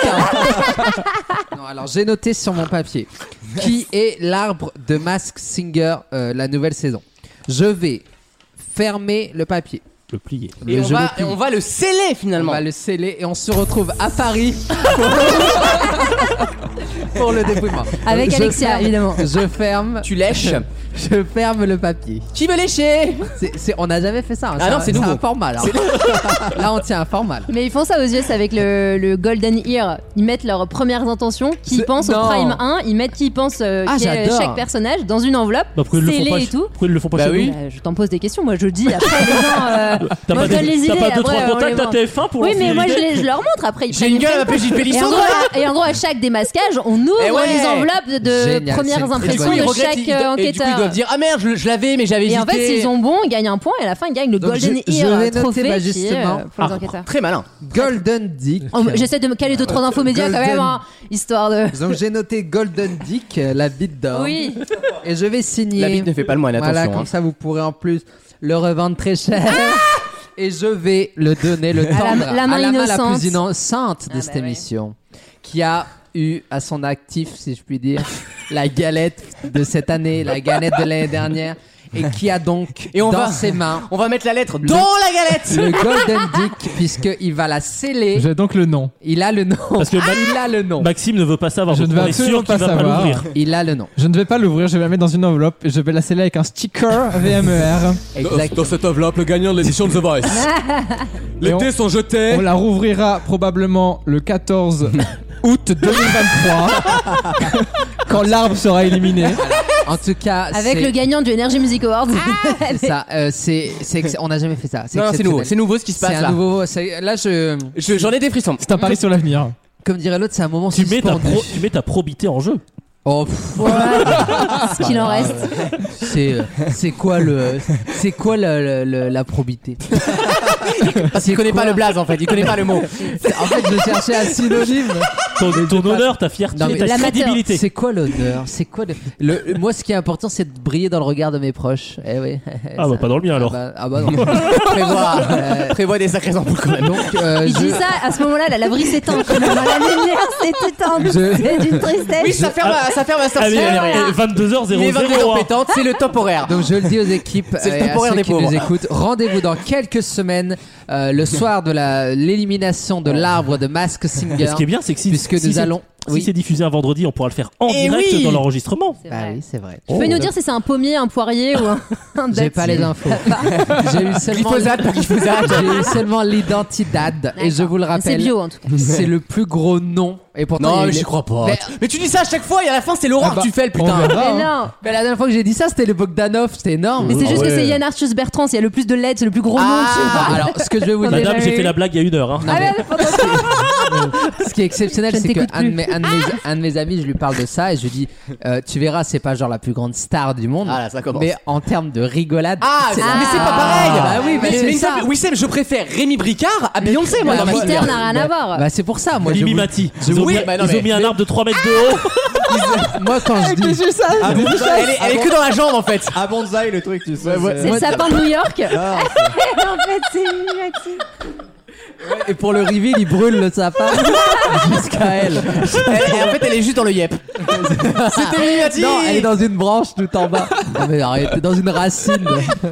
F: non, alors j'ai noté sur mon papier qui est l'arbre de Mask Singer euh, la nouvelle saison. Je vais fermer le papier.
E: Le plier.
B: Et
F: Le
B: on
F: jeu
B: va,
F: de
B: et
F: pli.
B: on va le sceller
F: On
B: finalement.
F: va le sceller et on se retrouve à Paris pour- *laughs* pour le dépouillement.
D: Avec
F: Je
D: Alexia,
F: ferme-
D: évidemment.
F: Je ferme,
B: Tu lèches.
F: je ferme
D: *laughs*
F: le papier.
B: Qui veut lécher
F: C'est- c'est- on n'a jamais fait ça. hein.
B: Ah non,
F: un-
B: c'est nouveau.
F: un format là. *laughs* là, on tient un format. là.
D: Mais ils font ça aux US avec le, le Golden Ear. Ils mettent leurs premières intentions. Qui
F: C'est-
D: pense
F: Non.
D: au Prime 1, ils mettent qui y pense euh,
F: Ah,
D: qui est
F: j'adore.
D: chaque personnage dans une enveloppe,
E: Bah, pourquoi ils le font
D: scellée
E: pas
D: et
E: chez-
D: tout.
E: Pourquoi ils le font pas
B: Bah
E: chez
B: oui.
E: nous
D: Bah, je t'en pose des questions, moi je dis. Après, les gens. euh,
E: T'as
D: moi,
E: pas
D: je donne
E: des-
D: les idées.
E: t'as pas deux
D: après,
E: trois
D: on les
E: contacts à
D: vend.
E: TF1 pour
D: Oui,
E: lancer
D: mais
E: une
D: moi
E: idée
D: je, les- je leur montre après. Ils
B: J'ai
D: prennent
B: une gueule à
D: feuille.
B: m'appeler Gilles
D: et, en
B: Pélisson.
D: gros, à- et en gros, à chaque démasquage, on ouvre
B: Eh ouais.
D: les enveloppes de
F: Génial, c'est une
D: premières
F: très
B: Et du
D: impressions
B: coup,
F: bonne
B: ils
D: de
B: regrettent,
D: chaque
B: ils-
D: euh,
B: et du coup, ils doivent
D: enquêteur.
B: dire Ah merde, je, je l'avais, mais j'avais
D: Et
B: hésité.
D: en fait, s'ils ont bon, ils gagnent un point et à la fin, ils gagnent le
F: Donc,
D: Golden
F: je- je
D: Ear
F: vais
D: euh,
F: noter,
D: trophée
F: bah,
D: qui est,
F: justement,
D: euh, pour les enquêteurs.
B: Très malin.
F: Golden Dick.
D: Oh, J'essaie de me caler deux trois infos médias quand
F: Golden.
D: même, hein, histoire de.
F: Donc j'ai noté Golden Dick, euh, la bite d'or.
D: Oui.
F: Et je vais signer.
B: La bite ne fait pas le moine,
F: Voilà,
B: attention.
F: comme
B: hein.
F: ça vous pourrez en plus le revendre très cher. Et je vais le donner, le
D: la-
F: tendre
D: la main
F: à la main la
D: innocente.
F: plus innocente de
D: Ah,
F: cette
D: bah ouais.
F: émission, qui a eu à son actif, si je puis dire, la galette de cette année, la galette de l'année dernière. et qui a donc
B: Et on
F: dans
B: va-
F: ses mains.
B: On va mettre la lettre
F: le-
B: dans la galette *laughs*
F: Le Golden Dick, puisqu'il va la sceller.
C: J'ai donc le nom.
F: Il a le nom.
E: Parce que Ma-
F: il a le nom.
E: Maxime ne veut pas savoir.
C: Je
E: donc
C: ne vais
E: on est
C: absolument
E: sûr
C: pas
E: qu'il va pas
C: savoir.
E: l'ouvrir.
F: Il a le nom.
C: Je ne vais pas l'ouvrir, je vais la mettre dans une enveloppe et je vais la sceller avec un sticker E VMER.
F: Exact.
N: cette enveloppe, le gagnant de l'édition de The Voice. Les
C: Et on-
N: dés sont jetés.
C: On la rouvrira probablement le *laughs* 14 août 2023 *laughs* quand l'arbre sera éliminé.
F: En tout cas,
D: Avec
F: c'est-
D: le gagnant du Energy Music Awards.
F: c'est ça, euh, c'est, c'est ex- on n'a jamais fait ça.
B: Non, non, c'est
F: exceptionnel.
B: nouveau, c'est nouveau ce qui se passe,
F: C'est un
B: là.
F: nouveau. c'est- Là, je.
B: Je- J'en
F: *laughs*
B: ai des frissons.
C: C'est un pari sur l'avenir.
F: Comme dirait l'autre, c'est un moment
E: Tu mets, ta
F: suspendu.
E: pro- tu mets ta probité en jeu.
F: Oh, pff,
D: *laughs* Ce qu'il en
F: Ah,
D: reste.
F: c'est, euh, c'est quoi le, c'est quoi la, la- la- la probité
B: Parce qu'il connaît pas le blaze en fait, il connaît pas le mot.
F: En fait, je cherchais un synonyme.
E: Ton, ton honneur, ta fierté,
F: Non, mais
E: ta
F: l'amateur,
E: crédibilité.
F: C'est quoi l'honneur C'est quoi le... le- Moi, ce qui est important, c'est de briller dans le regard de mes proches. Eh oui.
E: Ah bah pas dans le mien alors.
F: bah, ah
B: *laughs*
F: bah non.
B: Prévois,
F: Euh,
B: prévois des sacrés embrouilles quand même.
F: Donc, euh,
D: Il
F: je-
D: dit ça, à ce moment-là, la laverie
F: *laughs*
D: s'éteint. finalement. La lumière s'éteint.
F: Je-
D: C'est d'une tristesse.
B: Oui, ça ferme, à- ça ferme
F: bah.
B: à sortir.
E: Allez,
F: Ah,
B: Il est 22h
E: 22h00.
B: pétante, c'est le top horaire.
F: Donc je le dis aux équipes euh,
B: C'est le
F: et à
B: temporaire
F: ceux
B: des
F: qui
B: pauvres.
F: nous écoutent, rendez-vous dans quelques semaines, euh, le soir de la l'élimination de l'arbre de Mask
E: Et
F: Singer.
E: ce qui est bien, c'est que si,
F: Puisque
E: si
F: nous
E: c'est-
F: allons-
E: si
F: oui.
E: c'est diffusé un vendredi, on pourra le faire en
B: Eh
E: direct
B: oui.
E: dans l'enregistrement.
D: C'est
F: Bah
D: vrai.
F: oui, c'est vrai.
D: Tu peux nous dire si c'est un pommier, un poirier ou un, *laughs* un
F: J'ai
D: dattier
F: pas les
E: *laughs*
F: infos. J'ai eu seulement *laughs*
B: Glyphosate pour glyphosate.
F: J'ai eu seulement l'identidad et je vous le
D: C'est
F: rappelle.
D: bio en
F: *laughs*
D: tout cas.
F: C'est le plus gros nom et pourtant
B: Non,
F: il
B: mais
F: est-
B: j'y crois pas.
F: Mais-
B: Mais tu dis ça à chaque fois et à la fin, c'est l'aurore
F: Ah bah,
B: que tu fais le
C: On
B: putain.
C: verra,
D: Mais
C: hein.
D: non
F: mais la dernière fois que j'ai dit ça, c'était les Bogdanov, c'était énorme.
D: Mais c'est juste que
N: ouais.
D: c'est Yann Arthus Bertrand, il y a le plus de lettres, c'est le plus gros nom. tu vois.
F: Ah, alors, ce que je vais vous
D: On
F: dire,
D: est
E: Madame,
D: jamais
E: j'ai fait
D: eu.
E: la blague il y a une heure. hein.
D: Allez, allez, pendant-
F: ce qui est exceptionnel,
D: Je ne
F: c'est que
D: t'écoute
F: un de,
D: plus.
F: mes, un de mes- un de mes amis, je lui parle de ça et je lui dis, euh, tu verras, c'est pas genre la plus grande star du monde,
B: Ah là, ça commence.
F: mais en termes de rigolade,
B: Ah,
F: c'est la-
B: mais c'est pas pareil.
F: Bah oui, mais
B: Mais-
F: c'est Ah,
B: mais
F: ça.
B: ça- Wissem, je préfère Rémi Bricard à Beyoncé, moi.
D: Alors,
B: dans ma-
D: Peter n'a rien à voir.
F: Bah, c'est pour ça, moi, je
E: Mimi
F: vous-
E: Mati.
F: je
E: Ils ont
F: vous-
E: mis,
B: bah non,
E: ils ont
B: mais-
E: mis un arbre de 3 mètres de
F: Ah.
E: haut.
F: moi *laughs* quand je dis,
G: Ah, bon,
B: Elle est, elle est que dans la jambe en fait.
F: Ah,
G: à bonsaï le truc, tu sais. c'est-
D: C'est le sapin de New York. *laughs*
G: Ah,
M: en fait, c'est Mimati.
F: et pour le reveal, il brûle le *laughs* sapin jusqu'à elle.
B: Elle- et en fait, elle est juste dans le
F: *laughs*
B: yep. C'était Mimimati.
F: Non, elle est dans une branche tout en bas. Non, mais arrête, dans une racine.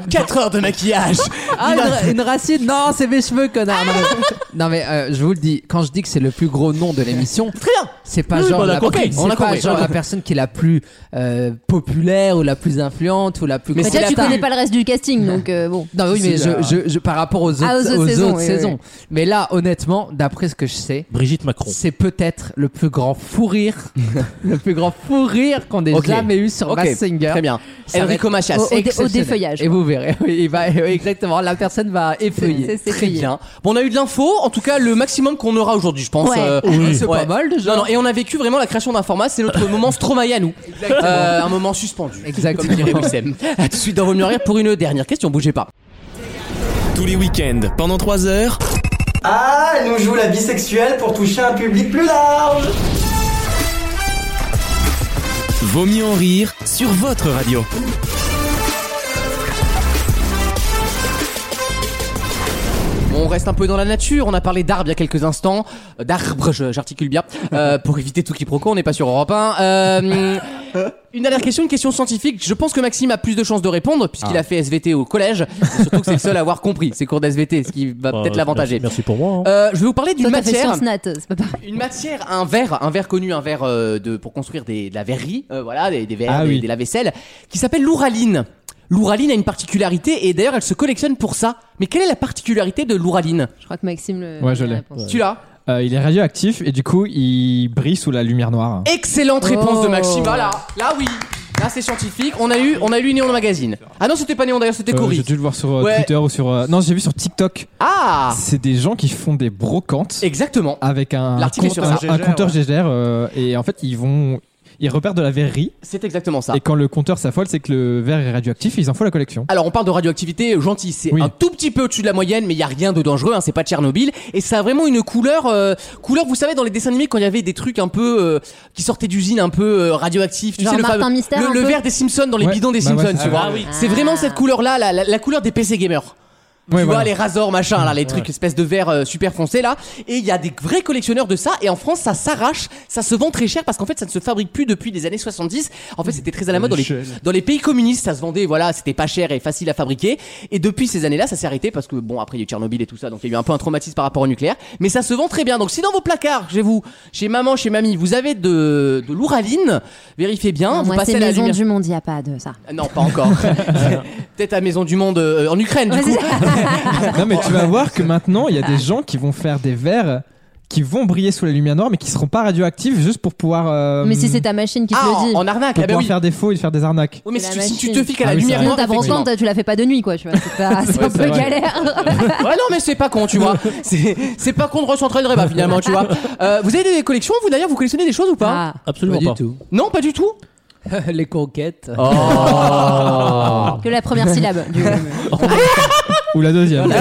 B: 4 heures de maquillage.
F: Ah, une, une racine Non, c'est mes cheveux, connard. Non, mais, *laughs* non, mais, euh, je vous le dis, quand je dis que c'est le plus gros nom de l'émission, c'est pas
E: Oui,
F: genre,
E: bah, on a
F: la,
E: compris,
F: c'est
E: on a
F: pas
E: compris,
F: genre
E: on a
F: la personne qui est la plus euh, populaire ou la plus influente ou la plus.
D: Mais
F: grande.
D: toi, Bah, tu connais pas le reste du casting, donc euh, bon.
F: Non, oui, mais
G: C'est
F: je,
G: la-
F: je- je- par rapport aux autres,
D: Ah, aux autres
F: aux
D: saisons,
F: autres
D: oui,
F: saisons. Mais là, honnêtement, d'après ce que je sais,
E: Brigitte Macron.
F: c'est peut-être le plus grand fou rire, le plus grand fou rire qu'on ait
B: Ok.
F: jamais eu sur
B: Ok,
F: Masked Singer.
B: Très bien.
F: Ça va
B: Enrico
F: être
B: Macias.
D: au- au dé-
F: exceptionnel.
D: défeuillage,
F: Et vous verrez, *laughs* oui, il va, oui, exactement, la personne va effeuiller.
D: C'est- c'est
B: Très
D: payé.
B: bien. Bon, on a eu de l'info, en tout cas le maximum qu'on aura aujourd'hui, je pense. euh,
D: Ouais.
F: C'est pas mal, déjà.
B: Non, non, et on a vécu vraiment la création d'un format, c'est notre moment Stromae à nous. Euh, un moment suspendu.
F: Exactement.
B: Comme dirait Wissem. A tout de suite dans Vaut mieux en rire pour une dernière question, bougez pas.
A: Tous les week-ends, pendant 3 heures,
O: Ah, elle nous joue la bisexuelle pour toucher un public plus large.
A: Vaut mieux en rire sur votre radio.
B: On reste un peu dans la nature, on a parlé d'arbres il y a quelques instants. Euh, D'arbres, je- j'articule bien. Euh, pour éviter tout quiproquo, on n'est pas sur Europe 1. Euh, une dernière question, une question scientifique. Je pense que Maxime a plus de chances de répondre, puisqu'il
F: Ah.
B: a fait SVT au collège. Et surtout que c'est le seul à avoir compris ces cours d'SVT, ce qui va
E: Bah,
B: peut-être l'avantager.
E: merci- Merci pour moi. hein.
B: Euh, je vais vous parler
D: Toi,
B: d'une
D: t'as fait
B: matière.
D: Science Nat, c'est pas pareil.
B: Une matière, un verre, un verre connu, un verre euh, de, pour construire des, de la verrerie, euh, voilà, des, des verres,
C: Ah
B: des,
C: oui.
B: des lave-vaisselle, qui s'appelle l'ouraline. L'ouraline a une particularité et d'ailleurs elle se collectionne pour ça. Mais quelle est la particularité de l'ouraline
D: Je crois que Maxime le.
C: Ouais, je l'ai.
B: Tu l'as
C: Euh, il est radioactif et du coup il brille sous la lumière noire.
B: Excellente
D: Oh.
B: réponse de Maxime. Voilà, là oui, là c'est scientifique. On a eu, on a lu Néon Magazine. Ah non, c'était pas Néon d'ailleurs, c'était
C: Euh,
B: Cory.
C: j'ai dû le voir sur euh,
B: Ouais.
C: Twitter ou sur. euh, Non, j'ai vu sur TikTok.
B: Ah,
C: C'est des gens qui font des brocantes
B: exactement.
C: avec un,
B: L'article est sur
C: un-
B: ça.
C: un compteur GGR euh, et en fait ils vont. Ils repèrent de la verrerie
B: C'est exactement ça.
C: et quand le compteur s'affole, c'est que le verre est radioactif et ils en font la collection.
B: Alors on parle de radioactivité gentille, c'est
C: Oui.
B: un tout petit peu au-dessus de la moyenne, mais il y a rien de dangereux, hein, c'est pas Tchernobyl, et ça a vraiment une couleur, euh, couleur, vous savez dans les dessins animés quand il y avait des trucs un peu euh, qui sortaient d'usine, un peu euh, radioactifs, tu
D: Genre
B: sais le,
D: Martin
B: fameux-
D: Mystère, un
B: le, le
D: peu
B: verre des Simpsons dans les
C: Ouais,
B: bidons des
C: bah ouais,
B: Simpsons,
C: c'est
B: tu vois,
C: ça. Ah oui.
B: c'est vraiment cette couleur là, la, la- la couleur des PC gamers. tu vois les Razor machin là, les trucs espèce de verre euh, super foncé là. Et il y a des vrais collectionneurs de ça. Et en France, ça s'arrache, ça se vend très cher parce qu'en fait, ça ne se fabrique plus depuis les années 70. En fait, c'était très à la mode dans les, dans les pays communistes, ça se vendait. Voilà, c'était pas cher et facile à fabriquer. Et depuis ces années-là, ça s'est arrêté parce que bon, après il y a eu Tchernobyl et tout ça, donc il y a eu un peu un traumatisme par rapport au nucléaire. Mais ça se vend très bien. Donc si dans vos placards, chez vous, chez maman, chez mamie, vous avez de, de l'ouraline, vérifiez bien.
D: Non,
B: Hein, vous
D: moi,
B: passez
D: c'est
B: à la
D: Maison
B: lumière.
D: du Monde, il n'y a pas de ça.
B: Non, pas
D: *laughs*
B: encore. *laughs* Peut-être à Maison du Monde euh, en Ukraine, du coup.
C: Non, mais *laughs* tu vas voir que maintenant, il y a des gens qui vont faire des verres qui vont briller sous la lumière noire, mais qui seront pas radioactifs juste pour pouvoir. euh,
D: Mais si c'est ta machine qui te
B: Ah,
D: le dit. Eh ben,
B: en- en arnaque,
C: pour
B: ah bah
C: pouvoir
B: oui.
C: faire des faux et faire des arnaques.
B: Oui, mais si
D: La
B: tu, si tu
D: machine.
B: te fiques à la
C: Ah oui,
B: lumière
C: c'est
D: Non,
B: noire,
D: ta
B: effectivement.
D: brocante, tu la fais pas de nuit, quoi. Tu vois, c'est pas- *laughs* c'est un
B: Ouais, c'est
D: peu
B: vrai.
D: galère.
B: ouais, *laughs* non, mais c'est pas con, tu vois. C'est c'est pas con de recentrer le débat finalement, tu
D: *laughs*
B: vois. Euh, vous avez des collections, vous d'ailleurs, vous collectionnez des choses ou pas
D: Ah.
E: Absolument
F: Pas
E: pas.
F: du tout.
B: Non, pas du *laughs* tout. Oh.
F: Les conquêtes.
B: Ah.
D: Que la première syllabe.
B: *laughs*
D: du-
C: Ou la deuxième.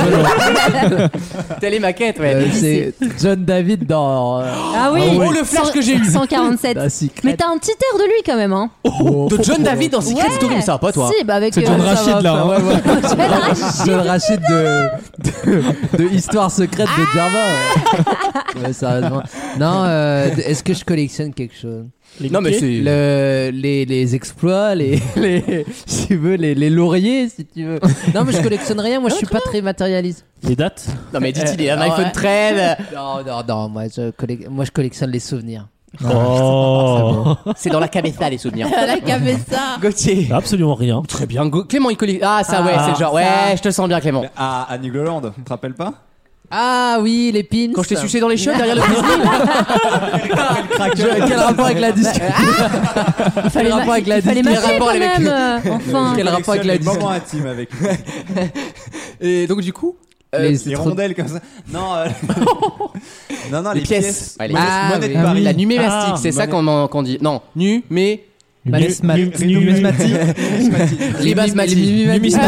B: Telle est ma quête, ouais.
F: Euh, c'est John David dans. euh,
D: Ah oui.
B: Oh, le flash
D: Cent-
B: que j'ai eu. Bah,
D: 147.
F: dans Ah Secret.
D: Mais t'as un petit air de lui quand même, hein.
B: De John David dans Secret
D: Ouais.
B: Story, ça, pas toi.
D: Si, bah avec.
C: C'est John
D: euh,
C: Rachid là. hein.
F: John Rachid de, de, de Histoire secrète de Java. ouais. Ouais, sérieusement. Non, euh, d- est-ce que je collectionne quelque chose
B: Non, mais c'est.
F: Le- les, les exploits, les, *laughs* les, si tu veux, les, les lauriers, si tu veux. Non, mais je collectionne rien, moi je suis pas très matérialiste.
E: Les dates
B: Non, mais dit-il, il a un
F: Euh,
B: iPhone
F: ouais.
B: 13.
F: Non, non, non, moi je, collec- moi, je collectionne les souvenirs.
E: Oh
B: C'est dans la cabeza, les souvenirs.
D: *laughs*
B: *laughs*
D: La cabeza.
B: Gauthier.
E: Absolument rien.
B: *laughs* Très bien, Go- Clément, il collectionne. Ah, ça, Bah, ouais, c'est le genre. Ouais, je te sens bien, Clément.
G: À, à Nigloland, Ah, tu te rappelles pas
F: Ah oui, les pins.
B: Quand je t'ai sucé dans les chiottes derrière
D: *laughs*
B: le
F: Je- Quel rapport avec la discussion
D: Ah Il fallait
F: Quel rapport
D: ma-
F: avec la
D: il fallait
F: Disney,
D: mâcher
B: rapport
D: quand
B: avec-
D: même. euh,
B: *laughs*
D: Enfin.
F: Quel rapport avec la
G: les
F: discussion
G: moments intimes avec
B: Et donc, du coup. euh,
F: Les-
G: les
F: trop-
G: rondelles comme ça. Non, euh, *laughs* non, non,
B: Les
G: les,
B: pièces. Ouais, les pièces.
F: Ah,
G: Monnaie de
F: oui.
G: Paris.
B: La numémastique,
E: Ah,
B: c'est ça
G: monnaie-
B: qu'on en- qu'on dit. Non, nu, mais. Bah,
C: Numismat- Numismatique.
B: Les bases matiques.
C: Numismat.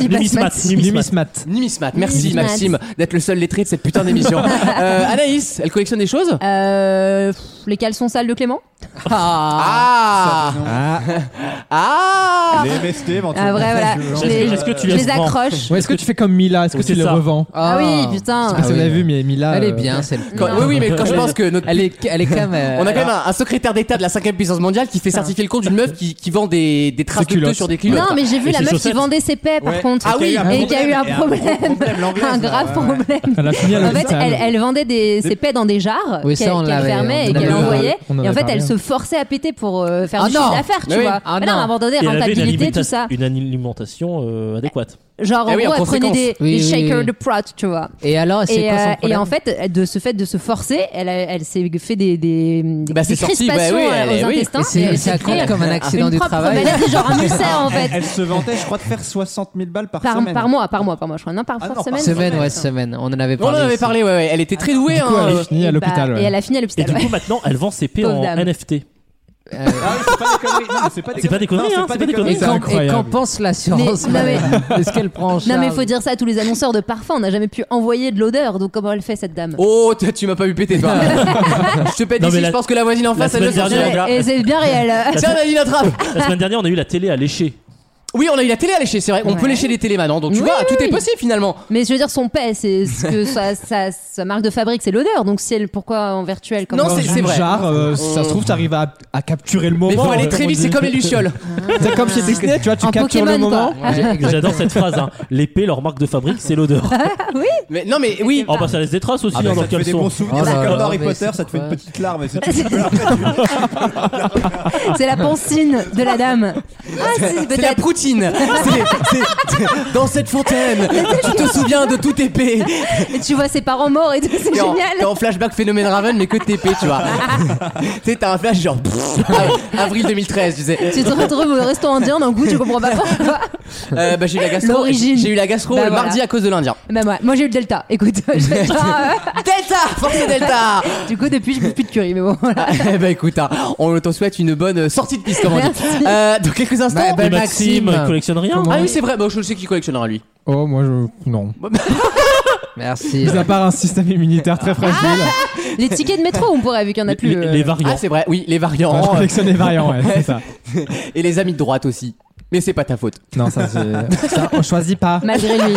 E: Numismat. Numismat.
C: Numismat.
B: Numismat, merci
D: Numismat.
B: Maxime d'être le seul lettré de cette putain d'émission. Euh, Anaïs, elle collectionne des choses
D: Euh, pff, les caleçons sales de Clément
B: Ah
C: Ah.
B: Ah
G: Les MST éventuellement.
D: Ah vrai voilà.
G: Je-
D: Je les-
E: Est-ce que tu
D: je
E: laisses
D: les accroche.
C: Ouais, est-ce que tu fais comme Mila Est-ce que
E: Oui,
C: tu
E: c'est
C: les
E: ça.
C: revends
D: Ah oui, putain.
C: Parce que vous
F: oui.
C: avez vu, mais Mila.
F: Elle
C: euh,
F: est bien, celle
B: Quand- Oui, oui, mais quand je pense que notre-
F: *laughs* Elle est, elle est euh, quand même.
B: on a quand même un, un secrétaire d'État de la 5ème puissance mondiale qui fait certifier le compte d'une meuf qui, qui vend des, des traces de
C: Des
B: queue
C: culottes.
B: sur des culottes.
D: Non, mais j'ai vu
E: Et
D: la
E: ses
D: meuf qui
E: chaussettes.
D: vendait ses paix par
G: Ouais.
D: contre.
B: Ah oui,
D: et qu'il y a eu un problème.
G: gros problème, l'anglaise,
D: Un
G: là,
D: grave
G: ouais, ouais.
D: problème.
C: Elle a fini à
D: En fait,
C: l'hôpital.
D: elle, elle vendait des, ses paix dans des jars
F: Oui, ça,
D: qu'elle
F: on
D: qu'elle
F: l'avait-
D: fermait
F: on
D: et
F: en
D: qu'elle
F: avait parlé.
D: envoyait.
C: On en
D: Et en
C: avait
D: fait,
C: parlé.
D: elle se forçait à péter pour euh, faire
F: Ah
D: du
F: non.
D: chiffre d'affaires, tu
B: Mais oui.
D: vois.
F: Ah
D: mais non,
F: non.
D: à un moment donné,
E: Et elle avait une
D: rentabilité, tout
E: alimentation,
D: ça.
E: une alimentation euh, adéquate.
D: Genre, en
B: Eh oui,
D: gros,
B: en
D: elle prenait des,
F: conséquence.
D: des
F: Oui, oui,
D: shakers
F: oui.
D: de prot, tu vois.
F: Et alors, c'est
D: Et,
F: quoi
D: euh,
F: son
D: et
F: problème
D: en fait, de ce fait de se forcer, elle, a- elle s'est fait des, des, des,
B: Bah,
D: des
B: c'est sorti, bah
D: crispations
B: oui,
D: euh,
B: elle-
D: aux
B: oui.
D: intestins.
F: Et c'est-
D: et elle
F: ça
D: s'est
F: compte
D: créée
F: comme un accident
D: une
F: du
D: propre
F: travail.
D: maladie,
F: *laughs*
D: genre un ulcère en fait.
G: Elle se vantait, je crois, de faire 60 000 balles par,
D: Par,
G: semaine.
D: par mois, par mois, par mois, je crois. Non, par
G: Ah
D: par
G: non,
D: semaine.
G: par
F: Semaine,
D: par
F: ouais,
D: ça.
F: semaine. On en avait
B: on en
F: parlé.
B: avait
F: ici.
B: parlé, ouais, ouais. Elle était très douée.
C: Du coup,
B: hein,
C: elle
B: euh,
C: est finie à
D: Et
C: l'hôpital.
D: bah,
C: ouais.
D: Et elle a fini à
E: Et
D: l'hôpital.
E: du
D: ouais.
E: coup, maintenant, elle vend ses P
D: Pauvre
E: en
D: dame.
E: NFT.
F: Euh,
G: Ah oui, c'est pas des conneries. Non, mais c'est pas des
E: C'est pas des conneries,
G: Non,
E: hein, c'est pas des conneries.
F: et
C: C'est
F: qu'en- et
C: incroyable.
F: qu'en pense l'assurance
D: Mais- non, mais-
F: maladie Est-ce qu'elle prend en charge
D: Non, mais il faut dire ça à tous les annonceurs de parfum. On n'a jamais pu envoyer de l'odeur. Donc, comment elle fait cette dame
B: Oh, t- tu m'as pas vu péter, toi. *laughs* je te pète
E: Non,
B: ici,
E: mais la-
B: je pense que la voisine en
E: la
B: face, elle le
E: semaine
B: sent.
E: dernière-
B: déjà.
D: Et c'est bien réel. *laughs*
B: Tiens, Nadine, attrape
E: La semaine dernière, on a eu la télé à lécher.
B: Oui, on a eu la télé à lécher, c'est vrai. On peut
D: Ouais.
B: lécher les télés maintenant, donc tu
D: Oui,
B: vois,
D: oui,
B: tout est
D: oui.
B: possible finalement.
D: Mais je veux dire, son paix, c'est ce que sa, sa- sa marque de fabrique, c'est l'odeur. Donc, si elle, pourquoi en virtuel comme
B: Non,
C: Dans
B: c'est-
C: Oh, une
B: c'est vrai.
C: jarre, euh, si ça se trouve, t'arrives à, à capturer le moment. euh,
B: Mais faut aller très
C: on
B: vite,
C: dit.
B: c'est comme les *laughs* lucioles.
C: C'est comme chez Disney, tu vois, tu
D: En
C: captures le
D: Pokémon,
C: moment.
D: quoi. *laughs*
E: J'adore cette phrase. Hein. L'épée, leur marque de fabrique, c'est l'odeur.
B: Mais non, mais oui.
E: Oh bah ça laisse des traces aussi
G: Ah,
E: hein,
G: bah,
E: dans
G: ça
E: le
G: te fait des
E: caleçon.
G: bons souvenirs,
F: Oh là
G: c'est comme
F: là,
G: dans Harry
F: mais
G: Potter,
F: c'est
G: ça te fait une
F: quoi
G: petite larme. et c'est-
D: Ah,
E: *laughs*
D: C'est la pancine de la dame. Ah, c'est
B: C'est la
D: peut-être.
B: proutine. *laughs* C'est- c'est- Dans cette *laughs* fontaine, tu te souviens de tout épée.
D: Et tu vois ses parents morts et tout, c'est
B: T'es en, t'es
D: génial.
B: en flashback phénomène Raven, mais que TP, tu *laughs* vois. tu sais, t'as un flash genre pff, av- avril 2013, tu sais.
D: Tu te retrouves au resto indien d'un coup, tu comprends pas pourquoi.
B: Euh, bah, j'ai eu la gastro.
D: L'origine.
B: J'ai eu la gastro
D: Bah,
B: le
D: voilà.
B: mardi à cause de l'Indien.
D: Bah, moi, moi j'ai eu le Delta. Écoute, *laughs*
B: *laughs*
D: je- genre,
B: Delta, force Delta.
D: euh, du coup, depuis, je bouffe plus de curry, mais bon. voilà.
B: *laughs* Eh bah écoute, hein, on te souhaite une bonne euh, sortie de piste, comme on dit.
D: Merci.
B: Euh, dans quelques instants.
E: Et
D: Bah,
E: Maxime, il collectionne rien.
B: Ah oui, c'est vrai. Bah, je sais qui collectionnera lui.
C: Oh, moi, je. Non.
F: Merci.
C: Mis à part un système immunitaire très fragile,
D: Les tickets de métro, on pourrait, vu qu'il y en a
E: Les,
D: plus.
E: les-
D: euh,
E: les
B: Ah,
E: variants.
B: c'est vrai. Oui, les
C: Enfin, je
B: variants. euh,
C: collectionne les variants, ouais, c'est ça.
B: Et les amis de droite aussi. Mais c'est pas ta faute.
C: Non, ça, c'est- ça, on choisit pas.
D: Malgré lui.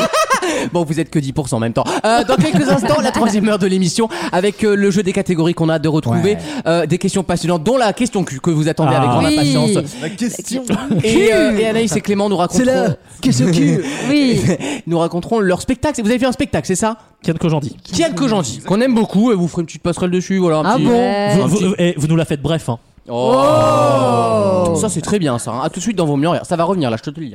B: Bon, vous êtes que 10% en même temps. Euh, dans quelques instants, la troisième heure de l'émission avec euh, le jeu des catégories qu'on a hâte de retrouver. Euh, des questions passionnantes, dont la question Q que vous attendez avec
G: Ah.
B: grande
G: Oui.
B: impatience.
G: La question.
B: Et, euh, et Anaïs et Clément nous raconteront.
G: C'est la
B: question
G: Q.
B: oui. Nous raconterons leur spectacle. Vous avez vu un spectacle, c'est ça Kian Kojandi. Kian Kojandi, qu'on aime beaucoup. Et vous ferez une petite passerelle dessus. Voilà, un
E: Ah
B: petit-
E: bon
B: un
E: Vous- vous-
B: petit-
E: eh, vous nous la faites bref. Hein.
B: Oh Ça c'est très bien ça. hein. À tout de suite dans vos murs. Ça va revenir là, je te le dis.